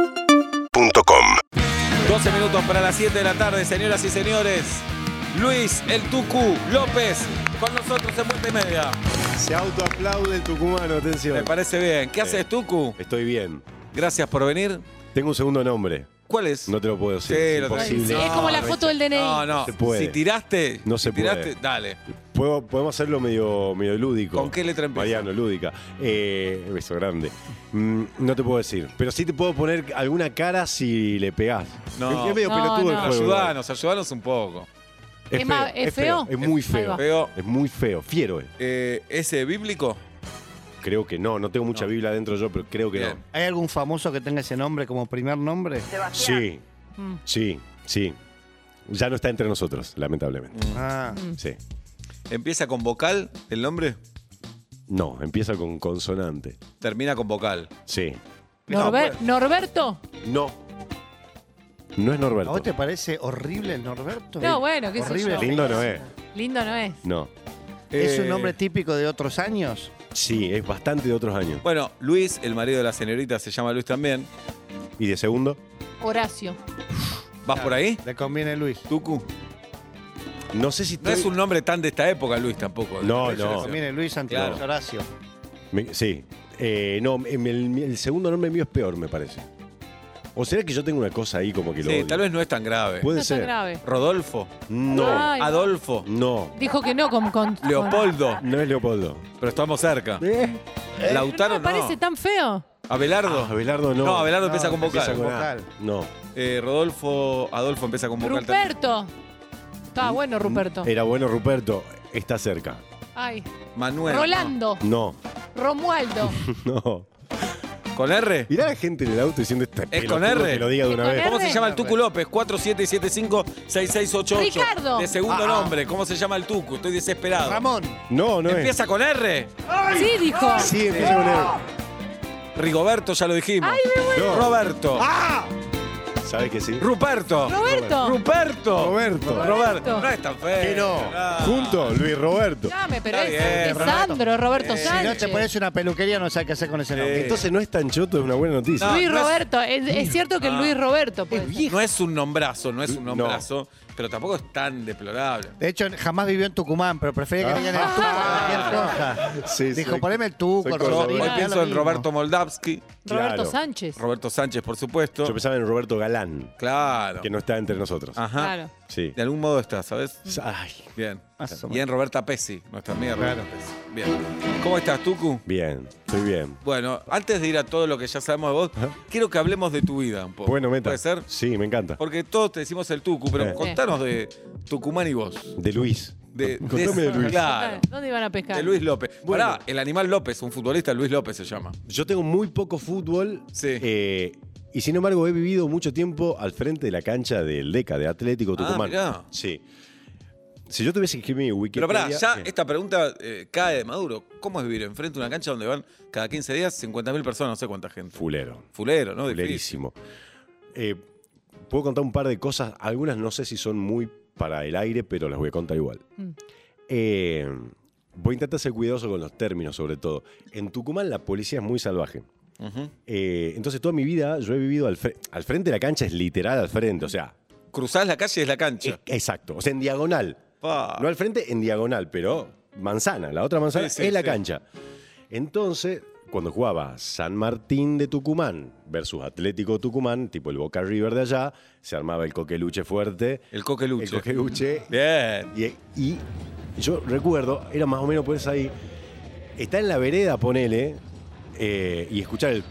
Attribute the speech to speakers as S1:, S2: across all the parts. S1: UrbanaPlayFM.com
S2: 12 minutos para las 7 de la tarde, señoras y señores. Luis, el Tucu, López, con nosotros en Vuelta y Media.
S3: Se autoaplaude el
S2: Me
S3: tucumano, atención.
S2: parece bien. ¿Qué haces, Tucu?
S3: Estoy bien.
S2: Gracias por venir.
S3: Tengo un segundo nombre.
S2: ¿Cuál es?
S3: No te lo puedo decir.
S2: Sí,
S3: es
S2: lo tenés. Ah,
S3: imposible.
S4: Sí, es como la foto del DNI.
S2: no, no.
S3: No se puede.
S2: Si tiraste,
S3: No se
S2: si tiraste,
S3: puede.
S2: dale.
S3: Puedo- podemos hacerlo medio, medio lúdico.
S2: ¿Con qué letra empieza?
S3: Mariano, lúdica. Eh, beso grande. Mm, no te puedo decir. Pero sí te puedo poner alguna cara si le pegás.
S2: No.
S3: Es medio
S4: No,
S3: pelotudo
S4: no.
S3: el juego. igual.
S2: Ayudanos, ayudanos un poco.
S4: Es más, ¿es feo?
S3: Es muy
S4: Ahí
S3: feo.
S4: va.
S2: Veo,
S3: Es muy feo. Fiero él.
S2: eh, ¿ese bíblico?
S3: Creo que no. No tengo mucha
S2: No.
S3: Biblia dentro yo, pero creo que
S2: Bien.
S3: no.
S5: ¿Hay algún famoso que tenga ese nombre como primer nombre?
S3: Sí,
S4: Mm.
S3: sí, sí. Ya no está entre nosotros, lamentablemente.
S5: Ah,
S2: Mm.
S3: Sí.
S2: ¿Empieza con vocal el nombre?
S3: No, empieza con consonante.
S2: Termina con vocal.
S3: Sí.
S2: No,
S4: Norber-
S2: pues-
S4: Norberto.
S3: No. No es
S5: ¿A
S3: Norberto.
S5: vos te parece horrible el Norberto?
S4: No, bueno, qué sé
S5: Horrible.
S4: yo.
S3: Lindo no es.
S4: Lindo no es.
S3: No.
S5: ¿Es
S2: Eh,
S5: un nombre típico de otros años?
S3: Sí, es bastante de otros años.
S2: Bueno, Luis, el marido de la señorita, se llama Luis también.
S3: ¿Y de segundo?
S4: Horacio.
S2: ¿Vas por ahí?
S5: Le conviene Luis.
S2: Tucu.
S3: No sé si
S2: No
S3: estoy-
S2: es un nombre tan de esta época, Luis, tampoco.
S3: No,
S5: Le
S3: no.
S5: conviene Luis Santiago
S2: Claro.
S5: Horacio.
S3: Me- sí. Eh, no, em, el, el segundo nombre mío es peor, me parece. ¿O será que yo tengo una cosa ahí como que lo
S2: Sí,
S3: odio?
S2: tal vez no es tan grave.
S3: Puede
S4: No es tan
S3: ser.
S4: grave.
S2: Rodolfo,
S3: No.
S4: Ay. va.
S2: Adolfo,
S3: No.
S4: Dijo que no con. con con-
S2: Leopoldo,
S3: No es Leopoldo.
S2: pero estamos cerca. Lautaro,
S4: no. me parece
S2: no.
S4: tan feo.
S2: Abelardo.
S3: Ah, Abelardo no.
S2: No, Abelardo
S5: No,
S2: empieza con vocal.
S3: Empieza con A.
S5: Vocal.
S3: No.
S2: Eh, Rodolfo, Adolfo empieza con vocal también.
S4: Ruperto. Está bueno, Ruperto.
S2: Eh.
S3: Era bueno Ruperto. Está cerca.
S4: Ay.
S2: Manuel.
S4: Rolando.
S3: No.
S4: Romualdo.
S3: No.
S2: no. ¿Con R?
S3: Mirá a la gente en el auto diciendo esta
S2: ¿Es con
S3: pelotudo
S2: R?
S3: Que lo diga de
S4: ¿Es
S3: una
S4: con
S3: vez.
S2: ¿Cómo
S4: R?
S2: se llama el Tucu López? 4775-6688.
S4: Ricardo.
S2: De segundo
S5: Ah.
S2: nombre. ¿Cómo se llama el Tucu? Estoy desesperado.
S5: Ramón.
S3: No, no
S2: ¿Empieza con R?
S4: Sí, dijo.
S3: es. Sí, empieza con R.
S2: Rigoberto, ya lo dijimos.
S3: No.
S2: Roberto.
S3: ¿Sabes que sí?
S2: Ruperto.
S4: Roberto.
S2: Ruperto.
S3: Roberto.
S2: Roberto. No es tan feo.
S5: Que no.
S2: Ah.
S3: Junto, Luis Roberto.
S4: Llame, pero
S2: Está bien, Eh,
S4: es, es Sandro, Roberto
S5: Si no
S4: Sánchez.
S5: te pones una peluquería, no sabes qué hacer con ese nombre.
S3: Entonces no es tan choto, es una buena noticia.
S2: No.
S4: Luis
S2: es-
S4: Roberto. Es, es cierto que
S2: Ah.
S4: Luis Roberto. puede ser.
S2: No es un nombrazo, no es un
S3: No.
S2: nombrazo, pero tampoco es tan deplorable.
S5: De hecho, jamás vivió en Tucumán, pero prefería que tengan en el Tucumán
S4: Ah.
S5: cualquier cosa.
S3: Sí,
S5: Dijo,
S3: soy-
S5: poneme el Tuco,
S3: soy
S5: el
S2: Yo
S3: cordobés.
S2: hoy
S5: Rodríguez, me da
S2: pienso
S5: lo
S2: en
S5: mismo.
S2: Roberto Moldavsky,
S4: Roberto
S3: Claro.
S4: Sánchez.
S2: Roberto Sánchez, por supuesto.
S3: Yo pensaba en Roberto Galán,
S2: Claro.
S3: que no está entre nosotros.
S2: Ajá.
S4: Claro.
S3: Sí.
S2: De algún modo está, ¿sabes?
S3: Ay,
S2: Bien.
S5: Más o
S2: Bien, Roberta Pesci, nuestra amiga Roberta Pesci. Bien. ¿Cómo estás, Tucu?
S3: bien, estoy bien.
S2: Bueno, antes de ir a todo lo que ya sabemos de vos, quiero que hablemos de tu vida un poco.
S3: Bueno, meta. Eh.
S2: ¿Puede ser?
S3: Sí, me encanta.
S2: Porque todos te decimos el Tucu, pero
S3: Sí.
S2: contanos de Tucumán y vos.
S3: De Luis.
S2: De,
S3: Contame de Luis.
S2: Claro.
S4: ¿Dónde iban a pescar?
S2: De Luis López.
S3: Bueno.
S2: Pará, el animal López, un futbolista, Luis López se llama.
S3: Yo tengo muy poco fútbol.
S2: Sí.
S3: eh, y sin embargo, he vivido mucho tiempo al frente de la cancha del DECA, de Atlético
S2: Ah,
S3: Tucumán.
S2: mirá.
S3: Sí. Si yo tuviese que escribir mi
S2: Pero
S3: Wikipedia.
S2: pará, ya
S3: Sí.
S2: esta pregunta eh, cae de Maduro. ¿Cómo es vivir enfrente de una cancha donde van cada 15 días 50.000 personas, no sé cuánta gente?
S3: Fulero.
S2: Fulero, ¿no? Difícil.
S3: Lerísimo. Eh, puedo contar un par de cosas, algunas no sé si son muy para el aire, pero las voy a contar igual.
S4: Mm.
S3: Eh, voy a intentar ser cuidadoso con los términos, sobre todo. En Tucumán la policía es muy salvaje.
S2: Ujú.
S3: Eh, entonces toda mi vida yo he vivido al, fre- al frente de la cancha, es literal al frente, o sea,
S2: Cruzás la calle y es la
S3: es-
S2: cancha.
S3: E-, exacto, o sea, en diagonal.
S2: Pa.
S3: No al frente, en diagonal, pero manzana, la otra manzana
S2: Sí, sí,
S3: es la
S2: sí.
S3: cancha. Entonces, cuando jugaba San Martín de Tucumán versus Atlético Tucumán, tipo el Boca River de allá, se armaba el coqueluche fuerte,
S2: El coqueluche.
S3: el coqueluche.
S2: Bien.
S3: Y, y yo recuerdo, era más o menos por eso ahí, estar en la vereda, ponele, eh, y escuchar el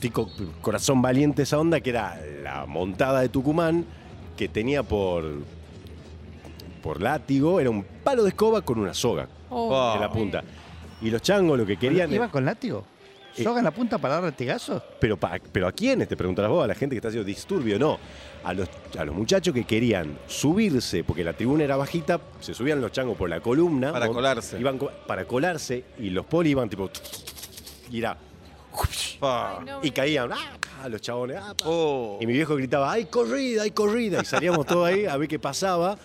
S3: tico, corazón valiente esa onda, que era la montada de Tucumán, que tenía por, por látigo, era un palo de escoba con una soga
S4: Oh.
S3: en la punta. Y los changos lo que querían...
S5: ¿Iban con látigo? ¿Soga en la punta para dar latigazos?
S3: Pero, pa- pero a quiénes, te preguntarás vos, a la gente que está haciendo disturbio, no. A los, a los muchachos que querían subirse, porque la tribuna era bajita, se subían los changos por la columna.
S2: Para
S3: ¿no?
S2: colarse.
S3: Iban co- para colarse y los poli iban tipo. Y era-
S2: Pa.
S4: No,
S3: Y caían. ¡ah! pa! Los chabones. ¡ah! pa!
S2: Oh.
S3: Y mi viejo gritaba, ¡hay corrida, hay corrida! Y salíamos todos ahí a ver qué pasaba.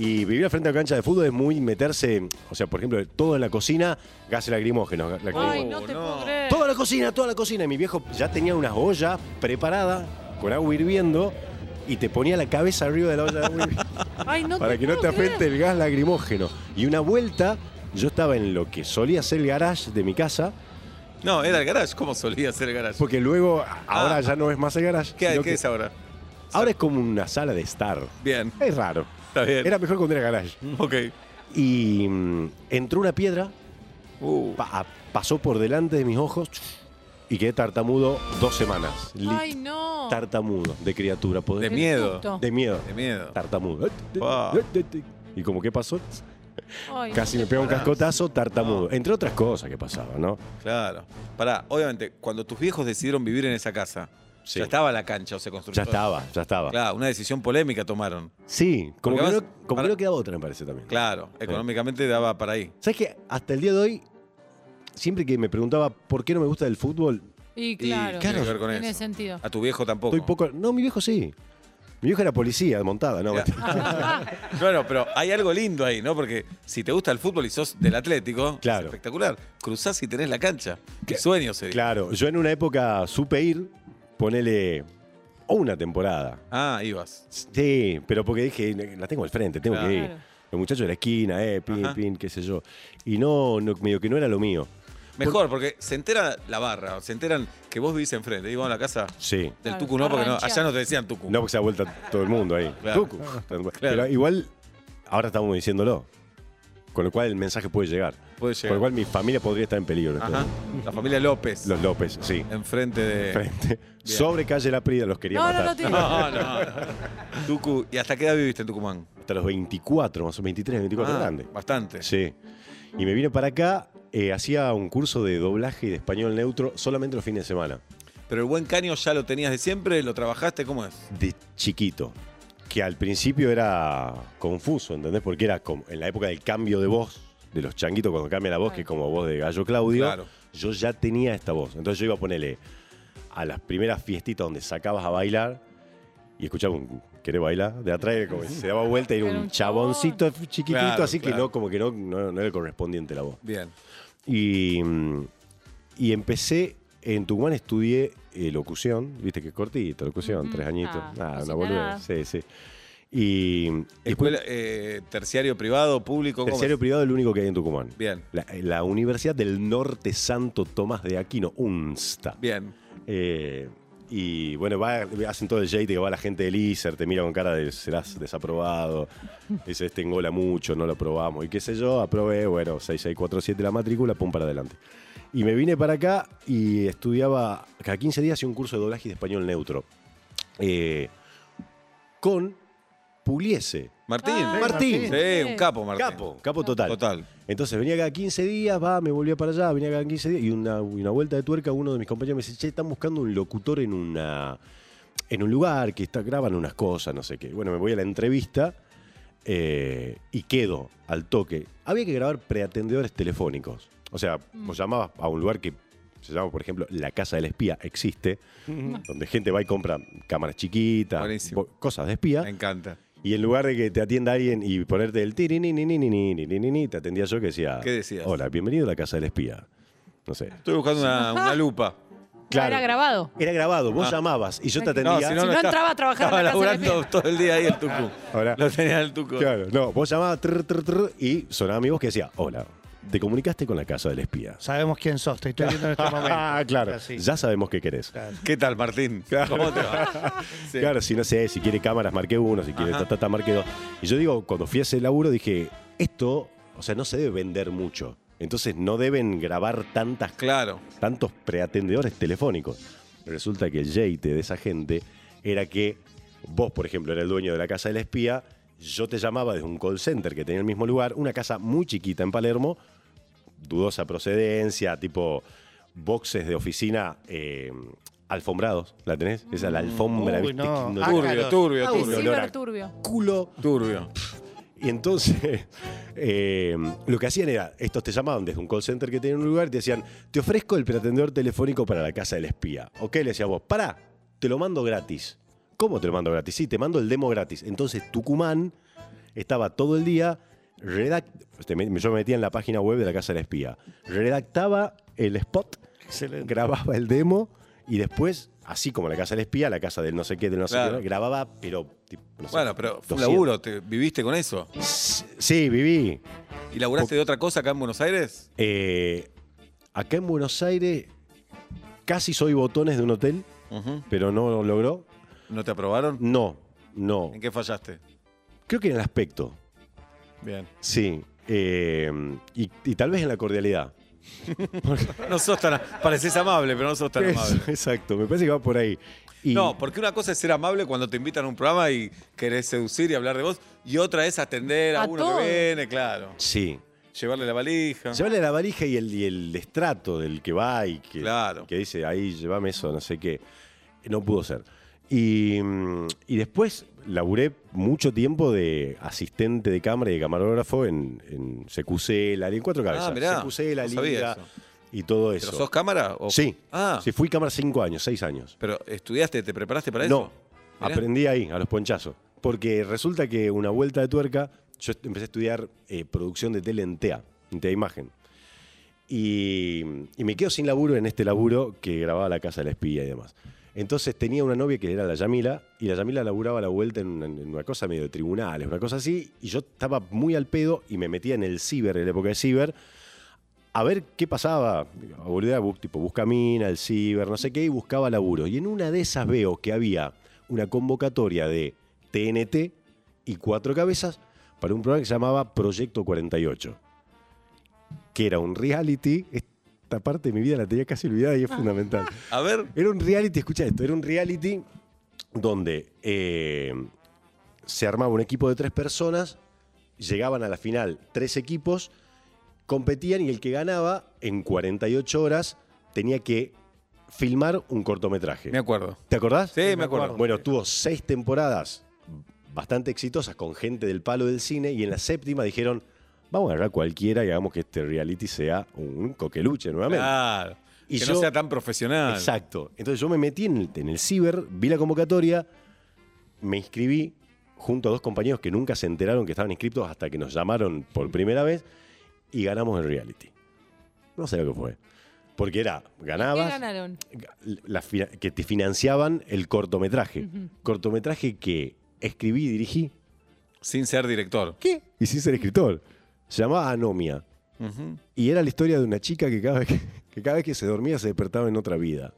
S3: Y vivir al frente a la cancha de fútbol es muy meterse, o sea, por ejemplo, todo en la cocina, gas lacrimógeno.
S4: Ay,
S3: lacrimógeno.
S4: no te
S2: Oh, no.
S4: puedo creer.
S3: Todo en la la cocina, toda la cocina. Y mi viejo ya tenía una olla preparada con agua hirviendo y te ponía la cabeza arriba de la olla de agua hirviendo
S4: Ay, no
S3: para que no te
S4: puedo creer.
S3: afecte el gas lagrimógeno. Y una vuelta, yo estaba en lo que solía ser el garage de mi casa,
S2: No, era el garage. ¿Cómo solía ser el garage?
S3: porque luego, ahora ya no es más el garage.
S2: Ah. ¿Qué,
S3: sino
S2: qué
S3: que-
S2: es ahora?
S3: Ahora es como una sala de estar.
S2: Bien.
S3: Es raro.
S2: Está bien.
S3: Era mejor cuando era garage.
S2: Ok.
S3: Y mm, entró una piedra,
S2: Uh,
S3: pa- pasó por delante de mis ojos y quedé tartamudo dos semanas. Lit-
S4: Ay, no.
S3: Tartamudo de criatura.
S2: de
S3: ¿podés?
S4: Qué
S2: miedo. Ah.
S4: susto.
S3: De miedo.
S2: De miedo.
S3: Ah. Tartamudo.
S2: Pa.
S3: Y como que pasó,
S4: Ay,
S3: casi
S4: no.
S3: me pega un cascotazo, tartamudo.
S2: Ah.
S3: Entre otras cosas que pasaban, ¿no?
S2: Claro. Pará, obviamente, cuando tus viejos decidieron vivir en esa casa,
S3: Sí.
S2: ya estaba la cancha o se construyó.
S3: Ya estaba, ya estaba.
S2: Claro, una decisión polémica tomaron.
S3: Sí,
S2: Porque
S3: como, que no,
S2: además-
S3: como que
S2: para-
S3: no quedaba otra, me parece también.
S2: Claro, económicamente daba para ahí.
S3: ¿Sabes qué? Hasta el día de hoy, siempre que me preguntaba por qué no me gusta el fútbol,
S4: Y claro,
S2: y tiene que ver con
S4: tiene
S2: eso.
S4: sentido.
S2: A tu viejo tampoco.
S3: estoy poco. No, mi viejo sí. Mi viejo era policía, montada, ¿no?
S2: Ya. Bueno, pero hay algo lindo ahí, ¿no? Porque si te gusta el fútbol y sos del Atlético,
S3: Claro.
S2: es espectacular. Cruzás y tenés la cancha. Qué sueño sería.
S3: Claro, yo en una época supe ir, ponele o una temporada.
S2: Ah, ibas.
S3: Sí, pero porque dije, la tengo al frente, tengo que ir.
S4: Claro.
S3: Los muchachos de la esquina, eh, pin,
S2: Ajá.
S3: pin, qué sé yo. Y no, no, medio que no era lo mío.
S2: Mejor, porque se entera la barra, se enteran que vos vivís enfrente. Digo, a la casa
S3: Sí.
S2: del
S4: Claro,
S2: Tucu no, porque no,
S4: arranchea.
S2: allá no te decían Tucu.
S3: No, porque se ha vuelto todo el mundo ahí.
S2: Claro.
S3: Tucu. Pero igual, ahora estamos diciéndolo. Con lo cual el mensaje puede llegar.
S2: Puede llegar.
S3: Con lo cual mi familia podría estar en peligro. en este
S2: Ajá.
S3: momento.
S2: La familia López.
S3: Los López, sí.
S2: Enfrente de.
S3: Frente. Sobre calle La Prida los quería
S4: No, no,
S3: matar.
S4: no te
S2: No, no. Tucu, ¿y hasta qué edad viviste en Tucumán?
S3: Hasta los 24, más o menos 23, 24
S2: Ah,
S3: grande.
S2: Bastante.
S3: Sí. Y me vine para acá, eh, hacía un curso de doblaje y de español neutro solamente los fines de semana,
S2: Pero el buen caño ya lo tenías de siempre, lo trabajaste, ¿cómo es?
S3: de chiquito. Que al principio era confuso, ¿entendés? Porque era como en la época del cambio de voz, de los changuitos cuando cambia la voz, que es como voz de Gallo Claudio,
S2: Claro.
S3: yo ya tenía esta voz. Entonces yo iba a ponerle a las primeras fiestitas donde sacabas a bailar y escuchaba un ¿querés bailar? De atrás era como que se daba vuelta y era
S4: Era
S3: un
S4: un chabón.
S3: chaboncito chiquitito,
S2: Claro,
S3: así que
S2: claro.
S3: no, como que no, no, no era correspondiente la voz.
S2: Bien.
S3: Y, mm, y empecé, en Tucumán estudié eh, locución, viste que es cortito, locución,
S4: Ujú.
S3: tres añitos.
S4: Ah,
S3: Ah, una
S4: cosita
S3: boluda.
S4: nada.
S3: Sí, sí. Y mm,
S2: Escuela, eh, terciario privado, público, ¿cómo
S3: terciario
S2: es?
S3: privado es el único que hay en Tucumán.
S2: Bien,
S3: La, la Universidad del Norte Santo Tomás de Aquino, UNSTA.
S2: bien.
S3: Eh, y bueno, va- hacen todo el jade que va la gente del ISER, te mira con cara de serás desaprobado, dices te engola mucho, no lo aprobamos, y qué sé yo, aprobé, bueno, 6647 la matrícula, pum para adelante. Y me vine para acá y estudiaba, cada 15 días hacía un curso de doblaje y de español neutro, Eh, con Puliese.
S2: Martín.
S4: Ah,
S3: Martín.
S2: Sí,
S4: Martín.
S2: un capo, Martín.
S3: Capo, capo total.
S2: Total.
S3: Entonces venía cada 15 días, va, me volvía para allá, venía cada 15 días y una, y una vuelta de tuerca uno de mis compañeros me dice, che, están buscando un locutor en una en un lugar que está, graban unas cosas, no sé qué. Bueno, me voy a la entrevista eh, y quedo al toque. Había que grabar preatendedores telefónicos. O sea, vos llamabas a un lugar que se llama, por ejemplo, La Casa del Espía, existe, donde gente va y compra cámaras chiquitas,
S2: Buenísimo.
S3: bo- cosas de espía.
S2: Me encanta.
S3: Y en lugar de que te atienda alguien y ponerte el ni te atendía yo que decía.
S2: ¿Qué decías?
S3: Hola, bienvenido a la casa del espía. No sé.
S2: Estoy buscando una, una lupa.
S3: Claro.
S4: Ah, Era grabado.
S3: Era grabado, vos
S2: Ah.
S3: llamabas y yo te
S4: Ay,
S3: atendía.
S4: no, Si entraba a trabajar
S2: Estaba
S4: en la casa de
S2: laburando
S4: Pepe.
S2: todo el día ahí el tucu.
S3: Ahora-
S2: Lo tenía el tucu.
S3: Claro, no, vos llamabas trr, trr, trr, y sonaba mi voz que decía, hola, te comunicaste con la casa del espía.
S5: Sabemos quién sos, te estoy viendo en este momento.
S3: Ah, claro,
S5: Así.
S3: ya sabemos qué querés.
S2: ¿Qué tal, Martín? ¿Cómo te va? Sí.
S3: Claro, si no sé, si quiere cámaras, marqué uno, si quiere
S2: Ajá.
S3: tatata, marqué dos. Y yo digo, cuando fui a ese laburo, dije, esto, o sea, no se debe vender mucho. Entonces no deben grabar tantas
S2: Claro.
S3: tantos preatendedores telefónicos. Resulta que el jeite de esa gente era que vos, por ejemplo, eras el dueño de la casa del espía, yo te llamaba desde un call center que tenía el mismo lugar, una casa muy chiquita en Palermo, dudosa procedencia, tipo boxes de oficina eh, alfombrados, ¿la tenés? Esa es la alfombra,
S5: Mm, Uy,
S3: ¿viste?
S5: no.
S3: Que
S5: Ah,
S2: Turbio,
S5: claro.
S2: turbio,
S3: Ah,
S4: Ay,
S2: turbio.
S3: sí. olor a-
S4: Ciber turbio.
S3: Culo
S2: Turbio.
S3: y entonces, eh, lo que hacían era, estos te llamaban desde un call center que tenían un lugar y te decían, te ofrezco el preatendedor telefónico para la casa del espía. Ok, le decía vos, pará, te lo mando gratis. ¿Cómo te lo mando gratis? Sí, te mando el demo gratis. Entonces Tucumán estaba todo el día, redact- te me- yo me metía en la página web de la casa del espía, redactaba el spot
S5: Excelente.
S3: grababa el demo y después, así como la casa del espía, la casa del no sé qué, del no sé
S2: Claro.
S3: qué, grababa, pero. tipo, no sé,
S2: Bueno, pero fue un
S3: 200.
S2: laburo, te- ¿viviste con eso?
S3: Sí, viví.
S2: ¿Y laburaste de otra cosa acá en Buenos Aires?
S3: Eh, acá en Buenos Aires casi soy botones de un hotel,
S2: Ujú.
S3: pero no lo logró.
S2: ¿No te aprobaron?
S3: No, no.
S2: ¿En qué fallaste?
S3: Creo que en el aspecto,
S2: Bien.
S3: sí. Eh, y, y tal vez en la cordialidad.
S2: No sos tan. Pareces amable, pero no sos tan amable.
S3: Eso, Exacto, me parece que va por ahí. Y-
S2: No, porque una cosa es ser amable cuando te invitan a un programa y querés seducir y hablar de vos, y otra es atender a,
S4: A
S2: uno
S4: todo.
S2: que viene, claro.
S3: Sí.
S2: Llevarle la valija.
S3: Se vale la varija y el, y el estrato del que va y que,
S2: Claro.
S3: que dice, ahí llévame eso, no sé qué. No pudo ser. Y, mm, y después laburé mucho tiempo de asistente de cámara y de camarógrafo en, en CQC, la en cuatro cabezas.
S2: Ah, mirá,
S3: CQC, la
S2: no sabía
S3: Liga
S2: eso.
S3: y todo eso.
S2: ¿Pero sos cámara? o-
S3: Sí.
S2: Ah,
S3: Sí, fui cámara cinco años, seis años.
S2: pero estudiaste, ¿te preparaste para
S3: No,
S2: eso? Mirá.
S3: aprendí ahí, a los ponchazos. Porque resulta que una vuelta de tuerca, yo est- empecé a estudiar eh, producción de tele en TEA, en TEA Imagen. Y, y me quedo sin laburo en este laburo que grababa La Casa de la Espía y demás. Entonces tenía una novia que era la Yamila, y la Yamila laburaba la vuelta en una, en una cosa medio de tribunales, una cosa así, y yo estaba muy al pedo y me metía en el ciber, en la época de ciber, a ver qué pasaba. A boludear, bu- tipo Buscamina, el Ciber, no sé qué, y buscaba laburo. Y en una de esas veo que había una convocatoria de TNT y Cuatro Cabezas para un programa que se llamaba Proyecto 48, que era un reality. Esta parte de mi vida la tenía casi olvidada y es fundamental.
S2: A ver,
S3: Era un reality, escucha esto, era un reality donde eh, se armaba un equipo de tres personas, llegaban a la final tres equipos, competían y el que ganaba en 48 horas tenía que filmar un cortometraje.
S2: me acuerdo.
S3: ¿Te acordás?
S2: Sí, me acuerdo.
S3: Bueno, tuvo seis temporadas bastante exitosas con gente del palo del cine y en la séptima dijeron, vamos a agarrar cualquiera y hagamos que este reality sea un coqueluche nuevamente.
S2: Claro.
S3: Y
S2: que no
S3: yo-
S2: sea tan profesional.
S3: Exacto. Entonces yo me metí en el, en el ciber, vi la convocatoria, me inscribí junto a dos compañeros que nunca se enteraron que estaban inscritos hasta que nos llamaron por primera vez y ganamos el reality. No sé lo que fue. Porque era,
S4: ¿Qué
S3: ganabas,
S4: ganaron?
S3: la fina- que te financiaban el cortometraje. Cortometraje que escribí y dirigí.
S2: Sin ser director.
S3: ¿Qué? Y sin ser escritor. Se llamaba Anomia.
S2: Ujú.
S3: Y era la historia de una chica que cada vez que, que cada vez que se dormía se despertaba en otra vida.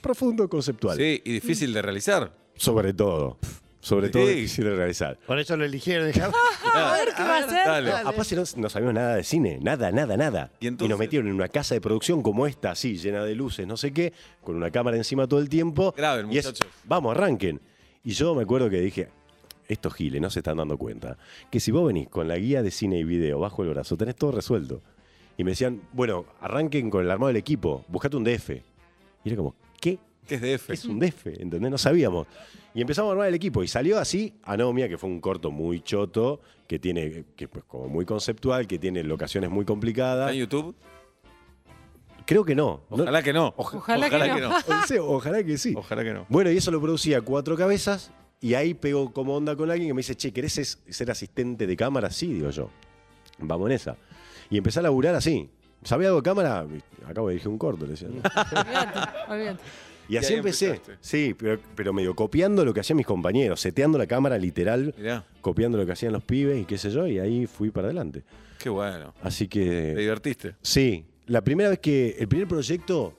S3: Profundo, conceptual.
S2: Sí, y difícil de realizar.
S3: Sobre todo. Sobre todo
S2: Sí.
S3: difícil de realizar.
S5: Por eso lo eligieron.
S2: "Ah,
S5: dijeron,
S4: Ah, a ver qué va a hacer.
S2: Dale.
S3: Aparte Ah, pues, no, no sabíamos nada de cine, nada, nada, nada.
S2: ¿Y
S3: ¿Y,
S2: entonces?
S3: nos metieron en una casa de producción como esta, así, llena de luces, no sé qué, con una cámara encima todo el tiempo.
S2: Graben,
S3: y es,
S2: muchachos.
S3: Vamos, arranquen. Y yo me acuerdo que dije, estos giles no se están dando cuenta, que si vos venís con la guía de cine y video bajo el brazo, tenés todo resuelto. Y me decían, bueno, arranquen con el armado del equipo, buscate un DF. Y era como, ¿qué?
S2: ¿Qué es DF?
S3: Es un DF, ¿entendés? No sabíamos. Y empezamos a armar el equipo. Y salió así Anomia, que fue un corto muy choto, que tiene, que pues como muy conceptual, que tiene locaciones muy complicadas.
S2: ¿Está en YouTube?
S3: Creo que no. No-
S2: Ojalá que no.
S3: Oja-
S4: Ojalá que no.
S3: no sé, ojalá que sí.
S2: Ojalá que no.
S3: Bueno, y eso lo producía cuatro cabezas. Y ahí pegó como onda con alguien que me dice, che, ¿querés es- ser asistente de cámara? Sí, digo yo. Vamos en esa. Y empecé a laburar así. ¿Sabía algo de cámara? Acabo de dirigir un corto, le decía. ¿no?
S4: Olvídate, olvídate.
S3: Y así
S2: ahí
S3: empecé.
S2: empezaste.
S3: Sí, pero, pero medio copiando lo que hacían mis compañeros, seteando la cámara literal,
S2: Mirá,
S3: copiando lo que hacían los pibes y qué sé yo, y ahí fui para adelante.
S2: qué bueno.
S3: Así
S2: Te
S3: que.
S2: divertiste.
S3: Sí, la primera vez que. El primer proyecto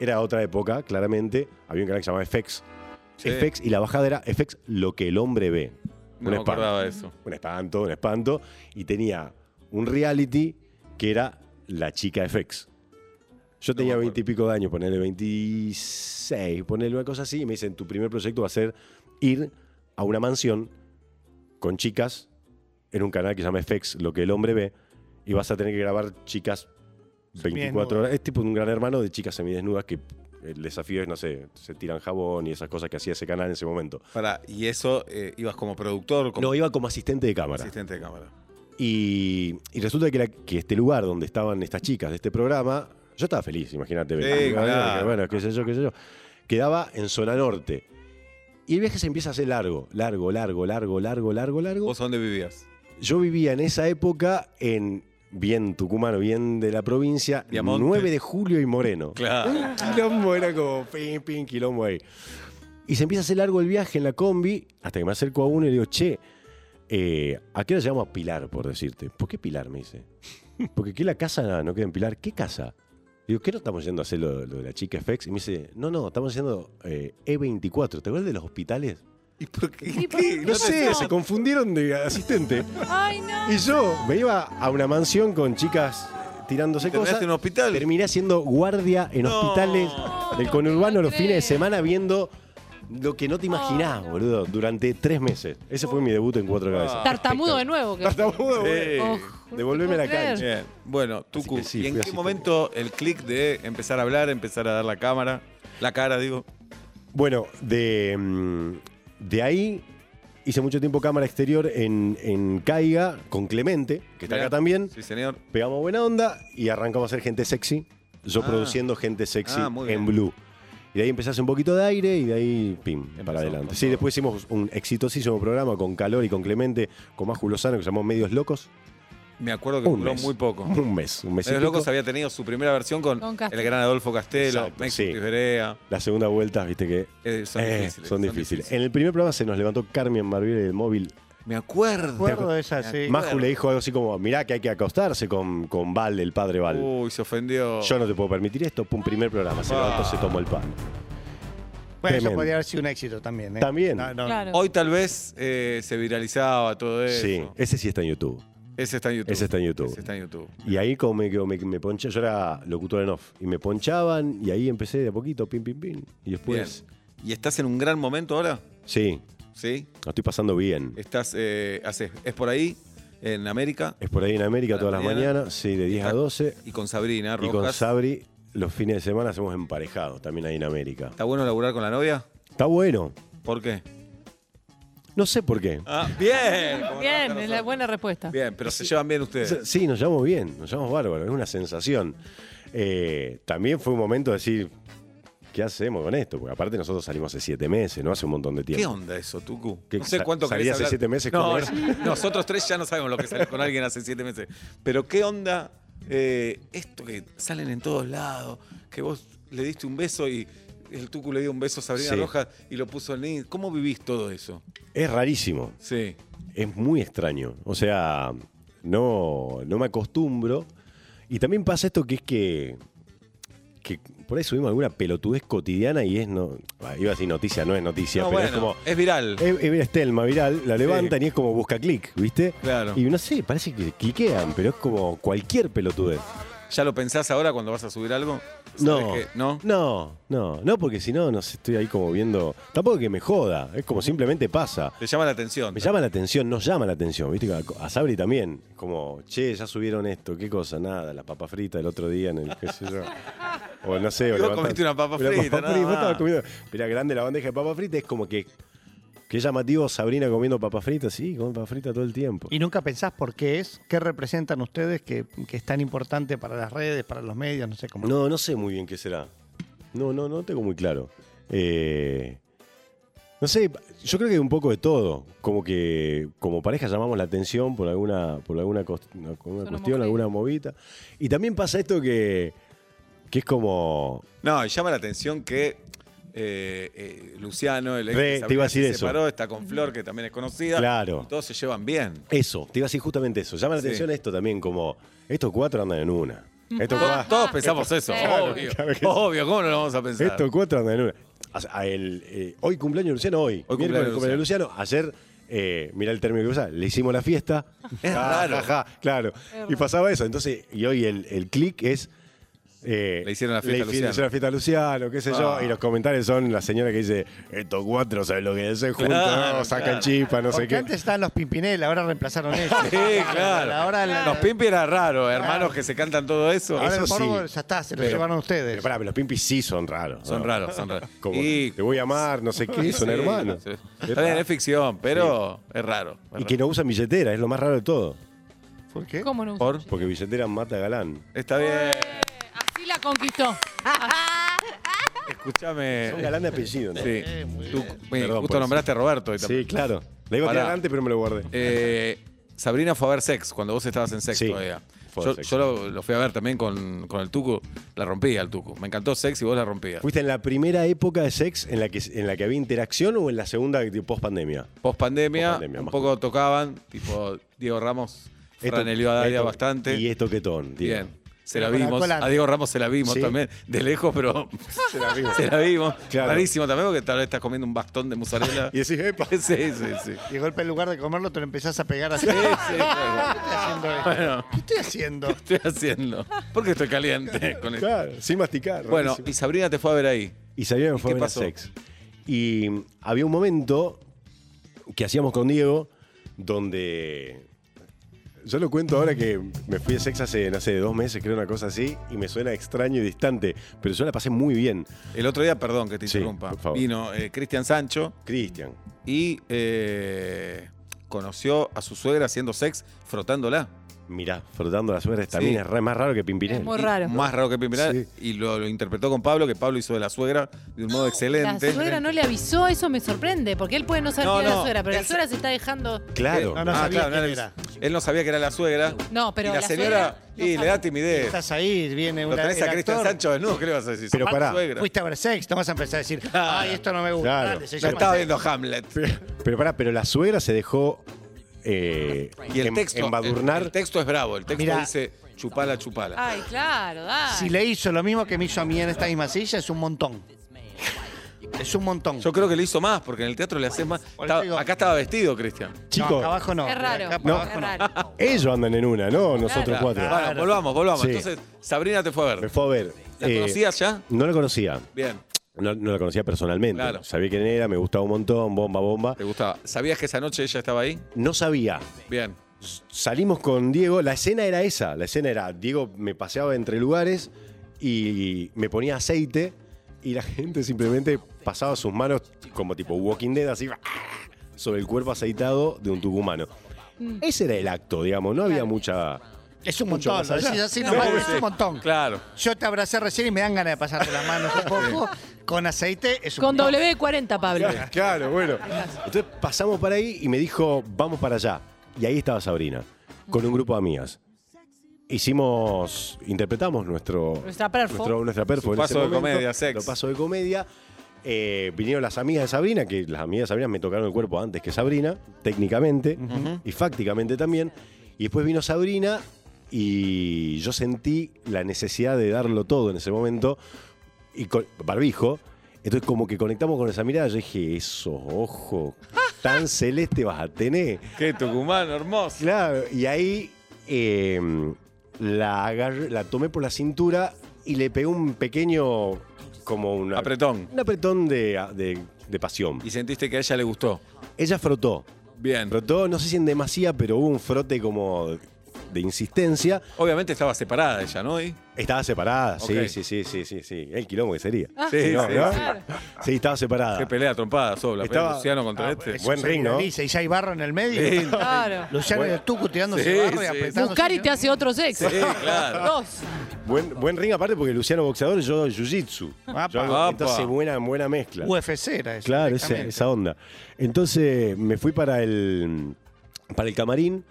S3: era otra época, claramente. Había un canal que se llamaba FX.
S2: Sí.
S3: FX y la bajada era FX lo que el hombre ve.
S2: No
S3: Un
S2: me
S3: espanto.
S2: acordaba de eso.
S3: Un espanto, un espanto. Y tenía un reality que era la chica FX. Yo tenía
S2: me acuerdo.
S3: veinte y pico de años, ponerle 26, ponerle una cosa así, y me dicen, tu primer proyecto va a ser ir a una mansión con chicas en un canal que se llama FX, lo que el hombre ve, y vas a tener que grabar chicas 24
S5: Semidesnudas.
S3: horas. Es tipo un gran hermano de chicas semidesnudas que el desafío es, no sé, se tiran jabón y esas cosas que hacía ese canal en ese momento.
S2: Pará, y eso, eh, ibas como productor, como
S3: No, iba como asistente de cámara.
S2: asistente de cámara.
S3: Y, y resulta que, la- que este lugar donde estaban estas chicas de este programa, yo estaba feliz, imagínate.
S2: Sí,
S3: venir.
S2: claro.
S3: Bueno, qué sé yo, qué sé yo. Quedaba en zona norte. Y el viaje se empieza a hacer largo, largo, largo, largo, largo, largo, largo.
S2: ¿Vos dónde vivías?
S3: Yo vivía en esa época en bien tucumano, bien de la provincia,
S2: Diamante.
S3: 9 de julio y Moreno.
S2: Claro.
S3: Quilombo era como pin, pin, quilombo ahí. Y se empieza a hacer largo el viaje en la combi, hasta que me acerco a uno y le digo, che, eh, ¿a qué hora llegamos a Pilar, por decirte? ¿Por qué Pilar? Me dice. Porque aquí la casa no queda en Pilar. ¿Qué casa? Digo, ¿qué no estamos yendo a hacer lo, lo de la chica FX? Y me dice, no, no, estamos yendo eh, E24. ¿Te acuerdas de los hospitales?
S2: ¿Y por qué?
S4: ¿Y por qué?
S3: No sé, se confundieron de asistente.
S4: Ay, no.
S3: Y yo me iba a una mansión con chicas tirándose
S2: ¿Terminaste
S3: cosas.
S2: en un hospital?
S3: Terminé siendo guardia en
S2: No.
S3: hospitales del conurbano
S4: No
S3: los
S4: creo.
S3: fines de semana viendo lo que no te imaginás, boludo, durante tres meses. Ese fue mi debut en cuatro cabezas.
S4: Ah. Tartamudo de nuevo. que-
S3: Tartamudo, boludo.
S2: Sí.
S4: Oh, no
S3: Devolveme
S4: puedo
S3: la
S4: creer.
S3: cancha.
S2: Bien. Bueno, Tucu,
S3: que sí,
S2: ¿y en
S3: fui
S2: qué
S3: eh. así,
S2: momento el clic de empezar a hablar, empezar a dar la cámara, la cara, digo?
S3: Bueno, de, mm, de ahí hice mucho tiempo cámara exterior en, en Caiga con Clemente, que está
S2: Mirá.
S3: acá también.
S2: Sí, señor.
S3: pegamos buena onda y arrancamos a hacer gente sexy. Yo
S2: Ah.
S3: produciendo gente sexy
S2: Ah, muy bien.
S3: en Blue. Y de ahí empezás un poquito de aire y de ahí, pim,
S2: Empezamos
S3: para adelante.
S2: con
S3: Sí,
S2: todo.
S3: después hicimos un exitosísimo programa con Calor y con Clemente, con Maju Lozano, que se llamó Medios Locos.
S2: Me acuerdo que
S3: Un
S2: duró
S3: mes.
S2: muy poco.
S3: Un mes, un mes y
S2: Los
S3: pico.
S2: Locos había tenido su primera versión con,
S4: Con Castelo.
S2: el gran Adolfo Castelo,
S3: Exacto,
S2: México
S3: sí.
S2: Tiberea.
S3: La segunda vuelta, viste que...
S2: Eh, son,
S3: eh,
S2: difíciles,
S3: son difíciles. En el primer programa se nos levantó Carmen Marviere del móvil.
S2: Me acuerdo.
S5: Recuerdo esa, sí.
S3: Maju
S2: claro.
S3: le dijo algo así como, mirá que hay que acostarse con, con Val, el padre Val.
S2: Uy, se ofendió.
S3: Yo no te puedo permitir esto. Pum, primer programa. Se
S2: Ah.
S3: levantó, se tomó el pan.
S5: Bueno, eso
S3: Tremendo.
S5: podría haber sido un éxito también. ¿eh?
S3: También.
S5: No, no.
S4: Claro.
S2: Hoy tal vez eh, se viralizaba todo eso.
S3: Sí, ese sí está en YouTube.
S2: Ese está en YouTube.
S3: Ese está en YouTube.
S2: Ese está en YouTube.
S3: Y ahí como me, como me, me poncha- yo era locutor en off, y me ponchaban y ahí empecé de a poquito, pim, pim, pim. Y después,
S2: Bien. ¿Y estás en un gran momento ahora?
S3: sí,
S2: ¿Sí?
S3: lo estoy pasando bien.
S2: Estás, eh, haces, es por ahí, en América,
S3: Es por ahí en América
S2: A la
S3: todas las
S2: mañana.
S3: mañanas, sí, de 10 a
S2: Está-
S3: 12.
S2: y con Sabrina
S3: Y
S2: Rojas.
S3: con Sabri los fines de semana hacemos emparejados también ahí en América.
S2: ¿Está bueno laburar con la novia?
S3: Está bueno.
S2: ¿Por qué?
S3: No sé por qué.
S2: Ah, bien. como
S4: Bien,
S2: nos
S4: es la
S2: tratan
S4: buena respuesta.
S2: nosotros. Bien, pero se llevan bien ustedes.
S3: Sí, nos llevamos bien, nos llevamos bárbaro, es una sensación. Eh, también fue un momento de decir, ¿qué hacemos con esto? Porque aparte nosotros salimos hace siete meses, ¿no? Hace un montón de tiempo.
S2: ¿Qué onda eso, Tucu?
S3: ¿Qué,
S2: no sé
S3: sa-
S2: cuánto
S3: salí
S2: querés
S3: hace
S2: hablar.
S3: siete meses
S2: No,
S3: con
S2: no,
S3: él.
S2: nosotros tres ya no sabemos lo que sale con alguien hace siete meses. Pero ¿qué onda eh, esto que salen en todos lados? Que vos le diste un beso y el Tucu le dio un beso a Sabrina
S3: Sí.
S2: Rojas y lo puso en link. ¿Cómo vivís todo eso?
S3: Es rarísimo.
S2: Sí.
S3: Es muy extraño. O sea, no, no me acostumbro. Y también pasa esto que es que, que por ahí subimos alguna pelotudez cotidiana y es no. bah, iba a decir noticia, no es noticia,
S2: No,
S3: pero
S2: bueno, eh,
S3: es como. Eh.
S2: es viral.
S3: Es, es- es telma viral, la levantan y es como busca clic, ¿viste?
S2: Claro.
S3: Y no sé, parece que cliquean, pero es como cualquier pelotudez.
S2: ¿Ya lo pensás ahora cuando vas a subir algo? ¿Sabés
S3: No,
S2: que- ¿No?
S3: no, no, no, porque si no, no sé, estoy ahí como viendo. Tampoco que me joda, es como simplemente pasa.
S2: Te llama la atención.
S3: Me llama la atención, nos llama la atención, ¿viste? A, a Sabri también. Como, che, ya subieron esto, qué cosa, nada, la papa frita el otro día en el qué sé yo. O no sé,
S2: Y
S3: o
S2: vos
S3: levantás-
S2: comiste una papa frita, nada
S3: vos
S2: más.
S3: estabas comiendo. Mirá, grande la bandeja de papa frita, es como que. Qué llamativo Sabrina comiendo papa frita, sí, come papa frita todo el tiempo.
S5: Y nunca pensás por qué es, qué representan ustedes que, que es tan importante para las redes, para los medios, no sé cómo.
S3: No, no sé muy bien qué será. No, no, no tengo muy claro. Eh, no sé, yo creo que un poco de todo. Como que como pareja llamamos la atención por alguna, por alguna, cos- una- alguna
S4: Son
S3: cuestión,
S4: homogéneos.
S3: alguna movita. Y también pasa esto que, que es como.
S2: No, y llama la atención que eh, eh, Luciano, el ex
S3: Re,
S2: de
S3: te
S2: Sabrina,
S3: iba a decir
S2: se
S3: eso.
S2: separó, está con Flor, que también es conocida.
S3: Claro.
S2: Y todos se llevan bien.
S3: Eso, te iba a decir justamente eso. Llama la
S2: Sí.
S3: atención esto también, como. Estos cuatro andan en una. Estos,
S2: Todos,
S3: cua-
S2: todos pensamos eso,
S4: Claro,
S2: obvio.
S3: claro que Ah, sí.
S2: obvio, ¿cómo no lo vamos a pensar?
S3: estos cuatro andan en una. O sea, el, eh, hoy cumpleaños de Luciano,
S2: Hoy
S3: hoy. Miércoles
S2: cumpleaños de
S3: cumpleaños de Luciano. Ayer, eh, mirá el término que usa, le hicimos la fiesta.
S2: Es
S3: Ja,
S2: raro.
S3: ja, ja, claro. Y pasaba eso. Entonces, y hoy el, el clic es. eh,
S2: Le hicieron la fiesta a
S3: le
S2: Luciano.
S3: hicieron la fiesta a Luciano, qué sé
S2: Ah.
S3: yo. Y los comentarios son la señora que dice: Estos cuatro saben lo que dicen juntos,
S2: Claro,
S3: ¿no? sacan
S2: claro.
S3: chispa, no
S5: Porque
S3: sé qué.
S5: antes estaban los Pimpinel, ahora reemplazaron eso.
S2: Sí, claro.
S5: Ahora, la-
S2: Los Pimpi era raro, hermanos que se cantan todo eso.
S5: ahora
S3: eso
S5: el Forbo
S3: sí.
S5: ya está, se lo
S3: Pero-
S5: llevaron ustedes.
S3: Pero pará, pero los pimpis sí son raros.
S2: Son
S3: ¿no?
S2: raros, son raros.
S3: Como,
S2: Y-
S3: te voy a amar, no sé qué, son
S2: Sí,
S3: hermanos.
S2: sí. Está bien, es ficción, pero es raro. es
S3: Y
S2: raro.
S3: que no usan billetera, es lo más raro de todo.
S5: ¿Por qué?
S4: ¿Cómo no?
S2: Por-
S3: Porque billetera mata a galán.
S2: Está bien.
S4: Así la conquistó.
S2: Escúchame.
S3: Son galán de apellido, ¿no?
S2: Sí.
S5: Eh,
S2: Tú, mira,
S3: Perdón por
S2: justo
S3: eso.
S2: nombraste a Roberto. hoy también.
S3: Sí, claro. La iba a
S2: Pará.
S3: tirar antes, pero me lo guardé.
S2: Eh, Sabrina fue a ver Sex cuando vos estabas en Sex
S3: Sí,
S2: todavía.
S3: Fue
S2: Yo,
S3: sexy.
S2: yo lo, lo fui a ver también con, con el Tucu. La rompía el Tucu. Me encantó Sex y vos la rompías.
S3: ¿Fuiste en la primera época de sex en la que, en la que había interacción o en la segunda post pandemia?
S2: Post pandemia,
S3: Pospandemia,
S2: un
S3: más
S2: poco tocaban, tipo Diego Ramos franelió a Dalia bastante.
S3: Y este esto que ton, tío.
S2: Bien. Se la
S5: Pero con la
S2: vimos.
S5: cola-
S2: A Diego Ramos se la vimos
S3: Sí.
S2: también. De lejos, pero
S3: Se la vimos.
S2: se la vimos.
S3: Claro.
S2: Rarísimo también, porque tal vez estás comiendo un bastón de mozzarella.
S3: Y decís, epa.
S2: sí, sí, sí.
S5: Y de golpe, en lugar de comerlo, te lo empezás a pegar así.
S2: Sí, sí, claro.
S5: ¿Qué
S2: Bueno,
S5: estoy haciendo esto? ¿Qué estoy haciendo?
S2: ¿qué estoy haciendo? Porque estoy caliente con esto.
S3: Claro, sin masticar.
S2: Bueno,
S3: rarísimo.
S2: y Sabrina te fue a ver ahí.
S3: Y salió en
S2: qué
S3: Fórmula
S2: pasó?
S3: Sex. Y mm, había un momento que hacíamos con Diego donde. Yo lo cuento ahora que me fui de sex hace, no sé, dos meses, creo, una cosa así, y me suena extraño y distante, pero yo la pasé muy bien.
S2: El otro día, perdón que te
S3: Sí,
S2: interrumpa,
S3: por favor.
S2: vino eh, Cristian Sancho
S3: Cristian.
S2: y eh, conoció a su suegra haciendo sex, frotándola.
S3: Mirá, frotando la suegra también
S2: Sí.
S3: es re- más raro que Pimpinel.
S4: Es muy
S2: Y
S4: raro.
S2: Más raro que Pimpinel.
S3: Sí.
S2: Y lo, lo interpretó con Pablo, que Pablo hizo de la suegra de un modo
S4: La
S2: excelente.
S4: suegra no le avisó, eso me sorprende, porque él puede no saber
S2: No,
S4: quién es
S2: no,
S4: la suegra, pero
S2: él-
S4: la suegra se está dejando.
S3: Claro.
S5: Eh,
S2: Ah,
S5: No, no sabía quién
S2: le-
S5: era.
S2: Él no sabía que era la suegra.
S4: No, pero
S2: y la,
S4: la
S2: señora,
S4: suegra no
S2: y le
S4: sabe.
S2: da timidez.
S5: Estás ahí, viene
S2: Lo
S5: una.
S2: tenés
S5: el
S2: a Cristian
S5: actor.
S2: Sancho desnudo, ¿qué le vas a decir?
S3: Pero
S2: Aparte,
S3: pará.
S2: suegra.
S5: Fuiste a ver sex, no vas a empezar a decir, ay, esto no me gusta.
S3: Claro.
S5: Dale, se
S2: Yo
S5: llama
S2: estaba
S5: sex.
S2: viendo Hamlet.
S3: Pero pará, pero la suegra se dejó eh,
S2: Y el
S3: em-
S2: texto,
S3: embadurnar.
S2: el, el texto es bravo. El texto
S5: Mirá.
S2: dice chupala, chupala.
S4: Ay, claro, dale.
S5: Si le hizo lo mismo que me hizo a mí en esta misma silla, es un montón. Es un montón.
S2: Yo creo que le hizo más, porque en el teatro le haces más.
S5: Por eso
S2: Estaba-
S5: digo-
S2: acá estaba vestido, Cristian.
S5: No,
S3: Chicos,
S5: acá abajo no.
S4: es raro,
S5: acá para
S4: no.
S5: abajo
S4: es
S5: no.
S4: raro.
S3: ellos andan en una, no nosotros
S2: Claro.
S3: cuatro.
S2: Bueno, volvamos, volvamos.
S3: Sí.
S2: Entonces, Sabrina te fue a
S3: Me
S2: ver.
S3: fue a ver.
S2: ¿La
S3: eh,
S2: conocías ya?
S3: No la conocía.
S2: Bien,
S3: No, no la conocía personalmente.
S2: Claro.
S3: Sabía quién era, me gustaba un montón, bomba, bomba.
S2: te gustaba. ¿Sabías que esa noche ella estaba ahí?
S3: No sabía.
S2: Bien.
S3: Salimos con Diego, la escena era esa. La escena era, Diego me paseaba entre lugares y me ponía aceite y la gente simplemente pasaba sus manos como tipo Walking Dead, así sobre el cuerpo aceitado de un tucumano. Ese era el acto, digamos. No había mucha...
S5: Es un
S3: Mucho
S5: montón.
S3: más
S5: Lo
S3: allá.
S5: decís así nomás,
S2: Sí,
S5: es
S2: sí.
S5: un montón.
S2: Claro.
S5: Yo te abracé recién y me dan ganas de pasarte la mano un poco. Con aceite es un
S4: Con
S5: montón.
S4: W40, Pablo.
S3: Claro, bueno. Entonces pasamos para ahí y me dijo, vamos para allá. Y ahí estaba Sabrina, con un grupo de amigas. Hicimos, interpretamos nuestro,
S4: Nuestra perfo.
S3: nuestro- nuestra perfo
S2: Su
S3: en
S2: paso
S3: ese
S2: de
S3: momento,
S2: comedia, sex.
S3: lo paso de comedia. Eh, vinieron las amigas de Sabrina, que las amigas de Sabrina me tocaron el cuerpo antes que Sabrina, técnicamente y fácticamente también. Y después vino Sabrina y yo sentí la necesidad de darlo todo en ese momento y con barbijo. Entonces como que conectamos con esa mirada, yo dije, esos ojos tan celeste vas a tener.
S2: Qué tucumano, hermoso.
S3: Claro, y ahí eh, la, agarré- la tomé por la cintura y le pegué un pequeño, como una,
S2: Apretón.
S3: un apretón de, de- de pasión.
S2: Y sentiste que a ella le gustó.
S3: Ella frotó,
S2: Bien.
S3: frotó, no sé si en demasía, pero hubo un frote como de insistencia.
S2: Obviamente estaba separada ella, ¿no? Y-
S3: Estaba separada, sí,
S2: Ok.
S3: sí, sí, sí, sí, sí. El quilombo que sería.
S2: Sí,
S3: no,
S2: sí,
S3: ¿no?
S2: sí.
S3: Sí, estaba separada.
S2: Qué pelea trompada, Sobla. Pelea
S3: Ah. Estaba- Ah,
S2: Luciano contra este.
S5: Eso
S3: Buen
S5: se
S3: ring, ¿no?
S5: viraliza, Y ya hay barro en el medio.
S2: Sí.
S4: Claro.
S5: Luciano
S3: Bueno.
S5: y el Tucu tirándose
S2: Sí,
S5: barro
S2: sí.
S5: y apretando.
S4: Buscar y te hace otro sexo.
S2: Sí, claro.
S4: Dos.
S3: Buen, buen ring aparte porque Luciano boxeador, yo jiu-jitsu.
S5: Apa.
S3: Yo hago-
S2: Apa.
S3: Entonces buena, buena mezcla.
S5: UFC era eso.
S3: Claro, esa,
S5: directamente.
S3: esa onda. Entonces me fui para el, para el camarín,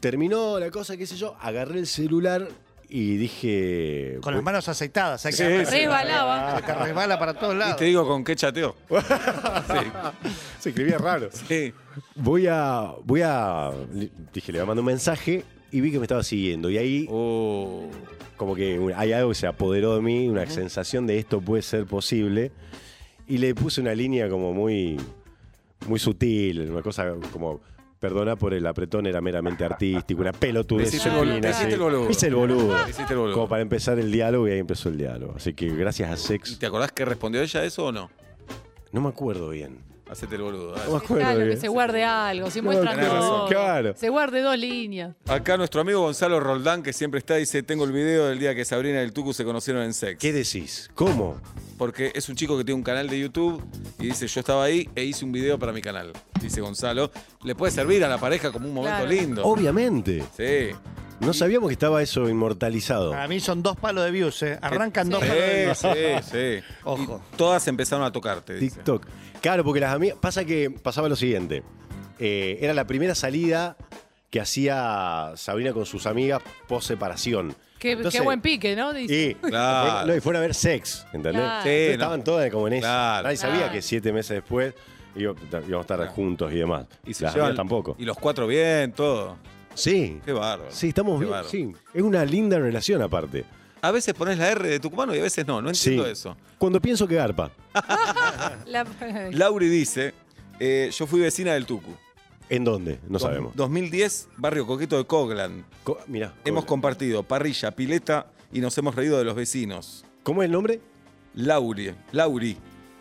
S3: terminó la cosa, qué sé yo, agarré el celular y dije...
S5: Con las
S3: "Voy-
S5: manos aceitadas. Hay que
S2: Sí, sí.
S4: Resbalaba.
S5: Te resbala para todos
S2: Y
S5: lados.
S2: te digo con qué chateo.
S3: Se escribía raro.
S2: Sí, sí.
S3: Voy a, voy a... le- Dije, le voy a mandar un mensaje y vi que me estaba siguiendo. Y ahí
S2: Oh.
S3: como que un- hay algo que se apoderó de mí, una sensación de esto puede ser posible. Y le puse una línea como muy, muy sutil, una cosa como, perdona por el apretón, era meramente artístico, una pelotudez.
S2: Me hiciste el
S3: femenina,
S2: boludo, me
S3: sí.
S2: hiciste el boludo.
S3: Me hice el boludo.
S2: Me hiciste el boludo.
S3: Como para empezar el diálogo y ahí empezó el diálogo. Así que gracias a
S2: ¿Y
S3: Sex.
S2: te acordás que respondió ella eso o no?
S3: No me acuerdo bien.
S2: Hacete el boludo. dale.
S3: No me acuerdo
S4: Claro, que
S3: bien.
S4: se guarde algo, se muestran
S2: tenés razón,
S4: todo.
S3: claro.
S4: Se guarde dos líneas.
S2: Acá nuestro amigo Gonzalo Roldán, que siempre está, dice, tengo el video del día que Sabrina y el Tucu se conocieron en sex.
S3: ¿Qué decís? ¿Cómo?
S2: Porque es un chico que tiene un canal de YouTube y dice, yo estaba ahí e hice un video para mi canal. Dice Gonzalo. Le puede servir a la pareja como un momento
S4: Claro.
S2: lindo.
S3: Oh. Obviamente.
S2: Sí.
S3: No sabíamos que estaba eso inmortalizado.
S2: Ah,
S5: Para mí son dos palos de views, ¿eh? Arrancan dos palos de
S2: Sí,
S5: views.
S2: sí, sí.
S5: Ojo.
S2: Y todas empezaron a tocarte. dice.
S3: TikTok. Claro, porque las amigas. Pasa que pasaba lo siguiente. Eh, era la primera salida que hacía Sabrina con sus amigas post separación.
S4: Qué,
S3: Entonces-
S4: qué buen pique, ¿no? Dice.
S3: Y,
S2: Claro.
S3: no, y fueron a ver sex, ¿entendés?
S4: Claro.
S2: Sí,
S3: Entonces
S2: no.
S3: Estaban todas como en eso.
S2: Claro.
S3: Nadie sabía
S4: Claro.
S3: que siete meses después iba- íbamos a estar juntos y demás.
S2: Y se
S3: Las
S2: llevan-
S3: amigas tampoco.
S2: Y los cuatro bien, todo.
S3: Sí.
S2: Qué bárbaro.
S3: Sí, estamos
S2: Qué
S3: bien.
S2: bárbaro.
S3: Sí. Es una linda relación aparte.
S2: A veces pones la R de tucumano y a veces no. No entiendo
S3: sí.
S2: eso.
S3: Cuando pienso que garpa.
S4: La-
S2: Lauri dice: eh, Yo fui vecina del Tucu.
S3: ¿En dónde? No sabemos.
S2: 2010, barrio coqueto de Coglan.
S3: Co- mirá.
S2: Hemos compartido parrilla, pileta y nos hemos reído de los vecinos.
S3: ¿Cómo es el nombre?
S2: Lauri, Lauri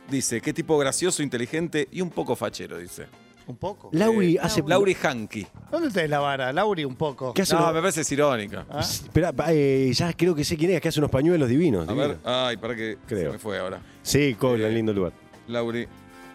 S2: dice, qué tipo gracioso, inteligente y un poco fachero, dice.
S5: Un poco.
S3: Lauri
S2: Eh,
S3: hace.
S2: Lauri Hanky.
S5: ¿Dónde está la vara? Lauri, un poco.
S3: ¿Qué hace?
S2: No,
S3: unos-
S2: me parece es irónica.
S5: Ah,
S3: Espera, pa- eh, ya creo que sé quién es, que hace unos pañuelos divinos.
S2: A ver,
S3: divinos.
S2: ay, para que
S3: Creo.
S2: se me fue ahora.
S3: Sí, Cobra,
S5: Eh,
S3: en lindo lugar.
S2: Lauri,